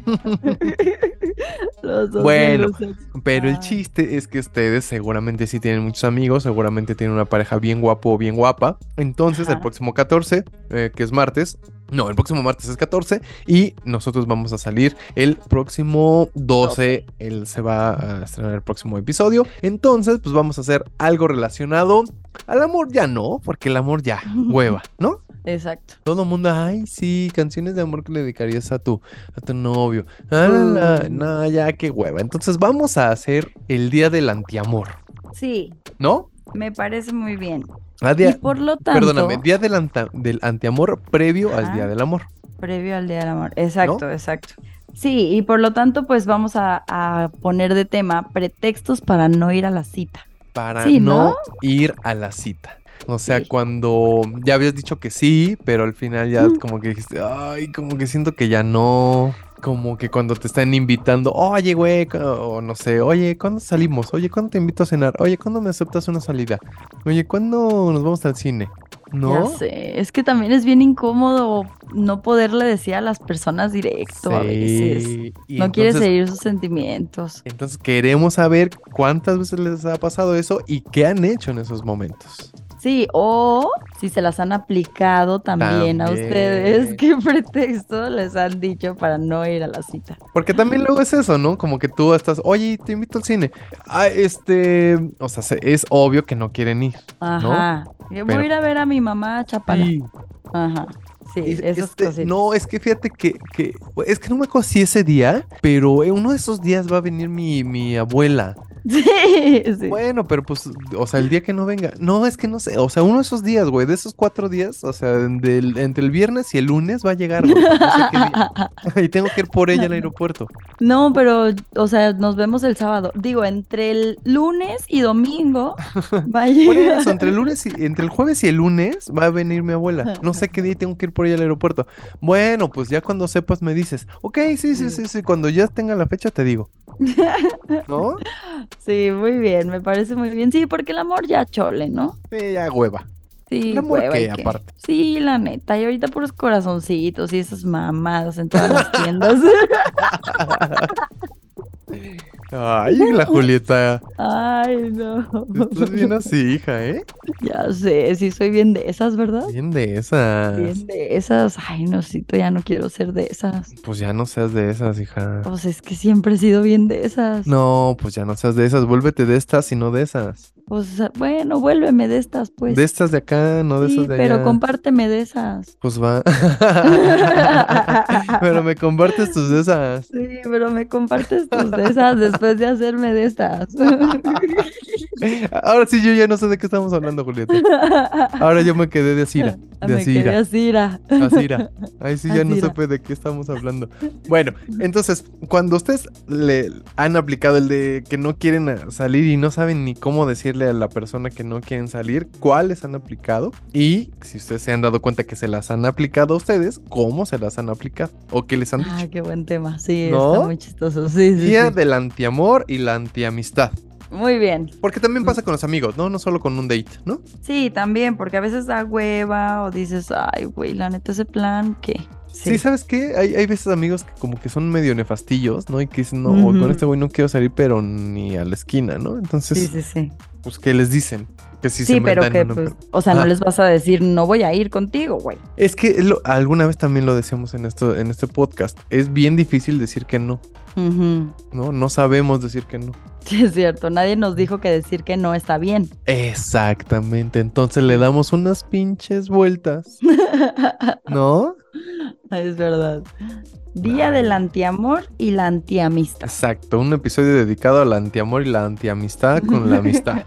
Speaker 2: Los dos
Speaker 1: Bueno,
Speaker 2: celos.
Speaker 1: Pero el
Speaker 2: Ah.
Speaker 1: chiste es que ustedes seguramente sí tienen muchos amigos, seguramente tienen una pareja bien guapo o bien guapa. Entonces, el
Speaker 2: Ajá.
Speaker 1: próximo 14, eh, que es martes, no, el próximo martes es 14 y nosotros vamos a salir el próximo 12. Él se va a estrenar el próximo episodio. Entonces, pues vamos a hacer algo relacionado al amor, ya no, porque el amor ya hueva, ¿no?
Speaker 2: Exacto.
Speaker 1: Todo mundo, ay, sí, canciones de amor que le dedicarías a tu, a tu novio. Ah, la, la,
Speaker 2: Mm.
Speaker 1: no, ya, qué hueva. Entonces vamos a hacer el día del antiamor,
Speaker 2: Sí,
Speaker 1: ¿no?
Speaker 2: me parece muy bien.
Speaker 1: Ah,
Speaker 2: Y
Speaker 1: día-
Speaker 2: por lo tanto, Ah.
Speaker 1: perdóname, día del, anta- del antiamor previo al
Speaker 2: Ajá.
Speaker 1: día del amor.
Speaker 2: previo al Día del Amor. Exacto, exacto. Sí, y por lo tanto, pues vamos a, a poner de tema pretextos para no ir a la cita.
Speaker 1: Para
Speaker 2: Sí,
Speaker 1: no
Speaker 2: ¿no?
Speaker 1: ir a la cita. O sea,
Speaker 2: Sí.
Speaker 1: cuando ya habías dicho que sí, pero al final ya
Speaker 2: Mm.
Speaker 1: como que dijiste, ay, como que siento que ya no. Como que cuando te están invitando, oye, güey, cu- o no sé, oye, ¿cuándo salimos? Oye, ¿cuándo te invito a cenar? Oye, ¿cuándo me aceptas una salida? Oye, ¿cuándo nos vamos al cine?
Speaker 2: Ya
Speaker 1: ¿No?
Speaker 2: sé, es que también es bien incómodo no poderle decir a las personas directo a veces.
Speaker 1: Sí, y
Speaker 2: No quieres
Speaker 1: entonces-
Speaker 2: herir sus sentimientos.
Speaker 1: Entonces queremos saber cuántas veces les ha pasado eso y qué han hecho en esos momentos.
Speaker 2: Sí, o si se las han aplicado también, a
Speaker 1: También.
Speaker 2: ustedes, qué pretexto les han dicho para no ir a la cita.
Speaker 1: Porque también luego es eso, ¿no? Como que tú estás, oye, te invito al cine. Ah, este, o sea, se- es obvio que no quieren ir.
Speaker 2: Ajá. Yo Voy
Speaker 1: Pero-
Speaker 2: a ir a ver a mi mamá Chapala.
Speaker 1: Y-
Speaker 2: Ajá. Sí,
Speaker 1: y-
Speaker 2: esas
Speaker 1: este,
Speaker 2: cositas.
Speaker 1: no, es que fíjate que, que- es que no me acuerdo si ese día, pero en uno de esos días va a venir mi, mi abuela.
Speaker 2: Sí, sí.
Speaker 1: Bueno, pero pues, o sea, el día que no venga. No, es que no sé, o sea, uno de esos días, güey, de esos cuatro días, o sea, del- entre el viernes y el lunes va a llegar, güey, no sé qué día. y tengo que ir por ella al aeropuerto.
Speaker 2: No, pero, o sea, nos vemos el sábado. Digo, entre el lunes y domingo va a
Speaker 1: Por
Speaker 2: llegar.
Speaker 1: eso, entre el lunes y, entre el jueves y el lunes va a venir mi abuela. No sé qué día tengo que ir por ella al aeropuerto. Bueno, pues ya cuando sepas me dices, ok, sí,
Speaker 2: Mm.
Speaker 1: sí, sí, sí, cuando ya tenga la fecha te digo. ¿No?
Speaker 2: Sí, muy bien, me parece muy bien. Sí, porque el amor ya chole, ¿no?
Speaker 1: Sí, ya hueva.
Speaker 2: Sí,
Speaker 1: ¿El amor
Speaker 2: hueva,
Speaker 1: qué,
Speaker 2: ¿y qué?
Speaker 1: aparte?
Speaker 2: Sí, la neta. Y ahorita puros corazoncitos y esas mamadas en todas las tiendas.
Speaker 1: Ay, la Julieta.
Speaker 2: Ay, no.
Speaker 1: Estás bien así, hija, ¿eh?
Speaker 2: Ya sé, sí soy bien de esas, ¿verdad?
Speaker 1: Bien de esas.
Speaker 2: Bien de esas. Ay, Nocito, ya no quiero ser de esas.
Speaker 1: Pues ya no seas de esas, hija.
Speaker 2: Pues es que siempre he sido bien de esas.
Speaker 1: No, pues ya no seas de esas. Vuélvete de estas y no de esas.
Speaker 2: Pues bueno, vuélveme de estas, pues.
Speaker 1: De estas de acá, no de
Speaker 2: sí,
Speaker 1: esas de
Speaker 2: pero
Speaker 1: allá.
Speaker 2: compárteme de esas.
Speaker 1: Pues va. pero me compartes tus de esas.
Speaker 2: Sí, pero me compartes tus de esas después de hacerme de estas.
Speaker 1: Ahora sí, yo ya no sé de qué estamos hablando, Julieta. Ahora yo me quedé de Asira. De
Speaker 2: Ah, me quedé
Speaker 1: Asira.
Speaker 2: así, ira.
Speaker 1: Asira. Ahí sí ya no
Speaker 2: Asira.
Speaker 1: supe de qué estamos hablando. Bueno, entonces, cuando ustedes le han aplicado el de que no quieren a- salir y no saben ni cómo decirle a la persona que no quieren salir, ¿cuáles han aplicado? Y si ustedes se han dado cuenta que se las han aplicado a ustedes, ¿cómo se las han aplicado? ¿O qué les han dicho?
Speaker 2: Ay, Ah, qué buen tema. Sí,
Speaker 1: ¿No?
Speaker 2: está muy chistoso. Sí, sí,
Speaker 1: Día
Speaker 2: sí.
Speaker 1: del antiamor y la antiamistad.
Speaker 2: Muy bien.
Speaker 1: Porque también pasa con los amigos, ¿no? No solo con un date, ¿no?
Speaker 2: Sí, también, porque a veces da hueva o dices, ay, güey, la neta, ese plan, ¿qué?
Speaker 1: Sí, ¿sabes qué? Hay, hay veces amigos que como que son medio nefastillos, ¿no? Y que dicen, no,
Speaker 2: Ujú.
Speaker 1: con este güey no quiero salir, pero ni a la esquina, ¿no? Entonces,
Speaker 2: sí, sí. sí.
Speaker 1: pues, ¿qué les dicen? Que si
Speaker 2: Sí,
Speaker 1: se
Speaker 2: pero
Speaker 1: metan
Speaker 2: que,
Speaker 1: en una-
Speaker 2: pues, o sea, no
Speaker 1: Ajá.
Speaker 2: les vas a decir, no voy a ir contigo, güey.
Speaker 1: Es que lo- alguna vez también lo decíamos en, esto, en este podcast, es bien difícil decir que no.
Speaker 2: Uh -huh.
Speaker 1: ¿no? No sabemos decir que no.
Speaker 2: Sí, es cierto, nadie nos dijo que decir que no está bien.
Speaker 1: Exactamente, entonces le damos unas pinches vueltas. ¿No?
Speaker 2: Es verdad. Día nah. del antiamor y la antiamistad.
Speaker 1: Exacto, un episodio dedicado al antiamor y la antiamistad con la amistad.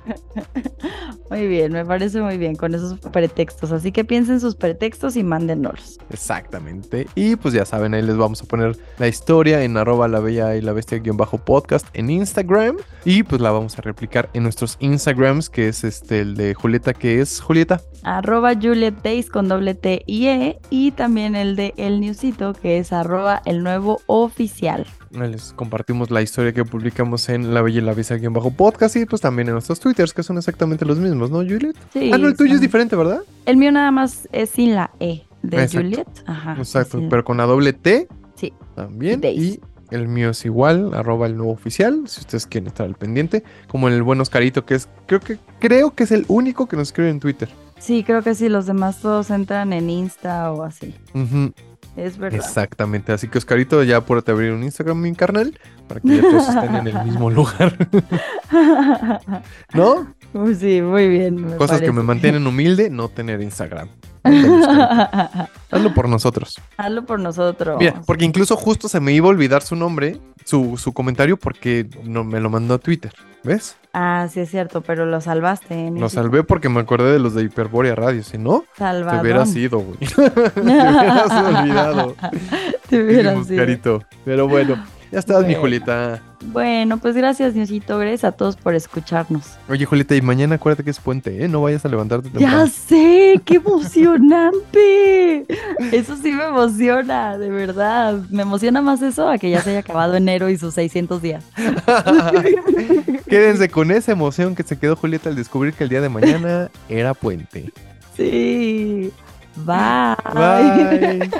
Speaker 2: muy bien, me parece muy bien con esos pretextos. Así que piensen sus pretextos y mándenlos.
Speaker 1: Exactamente. Y pues ya saben, ahí les vamos a poner la historia en arroba la bella y la bestia guión bajo podcast en Instagram. Y pues la vamos a replicar en nuestros Instagrams, que es este el de Julieta, que es Julieta.
Speaker 2: Arroba Juliet Days con doble T y E. Y también el de El Newsito, que es arroba el nuevo oficial.
Speaker 1: Les compartimos la historia que publicamos en La Bella y la Visa aquí en bajo podcast y pues también en nuestros twitters que son exactamente los mismos, ¿no, Juliet?
Speaker 2: Sí.
Speaker 1: Ah, no, el tuyo sí. es diferente, ¿verdad?
Speaker 2: El mío nada más es sin la E de Exacto. Juliet. Ajá.
Speaker 1: Exacto, pero la... con la doble T.
Speaker 2: Sí.
Speaker 1: También. Days. Y el mío es igual, arroba el nuevo oficial, si ustedes quieren estar al pendiente, como el buen Oscarito, que es, creo que, creo que es el único que nos escribe en Twitter.
Speaker 2: Sí, creo que sí, los demás todos entran en Insta o así.
Speaker 1: Uh -huh.
Speaker 2: Es verdad.
Speaker 1: Exactamente. Así que, Oscarito, ya por abrir un Instagram, mi carnal, para que ya todos estén en el mismo lugar. ¿No?
Speaker 2: Sí, muy bien.
Speaker 1: Me Cosas parece. que me mantienen humilde, no tener Instagram. No Hazlo por nosotros.
Speaker 2: Hazlo por nosotros.
Speaker 1: Mira, porque incluso justo se me iba a olvidar su nombre, su, su comentario, porque no me lo mandó a Twitter. ¿Ves?
Speaker 2: Ah, sí es cierto, pero lo salvaste. ¿eh?
Speaker 1: Lo salvé porque me acordé de los de Hiperbórea Radio, si no,
Speaker 2: Salvadón.
Speaker 1: te hubieras ido, güey. te hubieras olvidado.
Speaker 2: Te hubieras ido.
Speaker 1: Carito. Pero bueno, ya estás, bueno. mi Julieta.
Speaker 2: Bueno, pues gracias, Diosito. Gracias a todos por escucharnos.
Speaker 1: Oye, Julieta, y mañana acuérdate que es puente, ¿eh? No vayas a levantarte
Speaker 2: temprano. ¡Ya sé! ¡Qué emocionante! eso sí me emociona, de verdad. Me emociona más eso a que ya se haya acabado enero y sus 600 días.
Speaker 1: Quédense con esa emoción que se quedó Julieta al descubrir que el día de mañana era puente.
Speaker 2: Sí. Bye. Bye.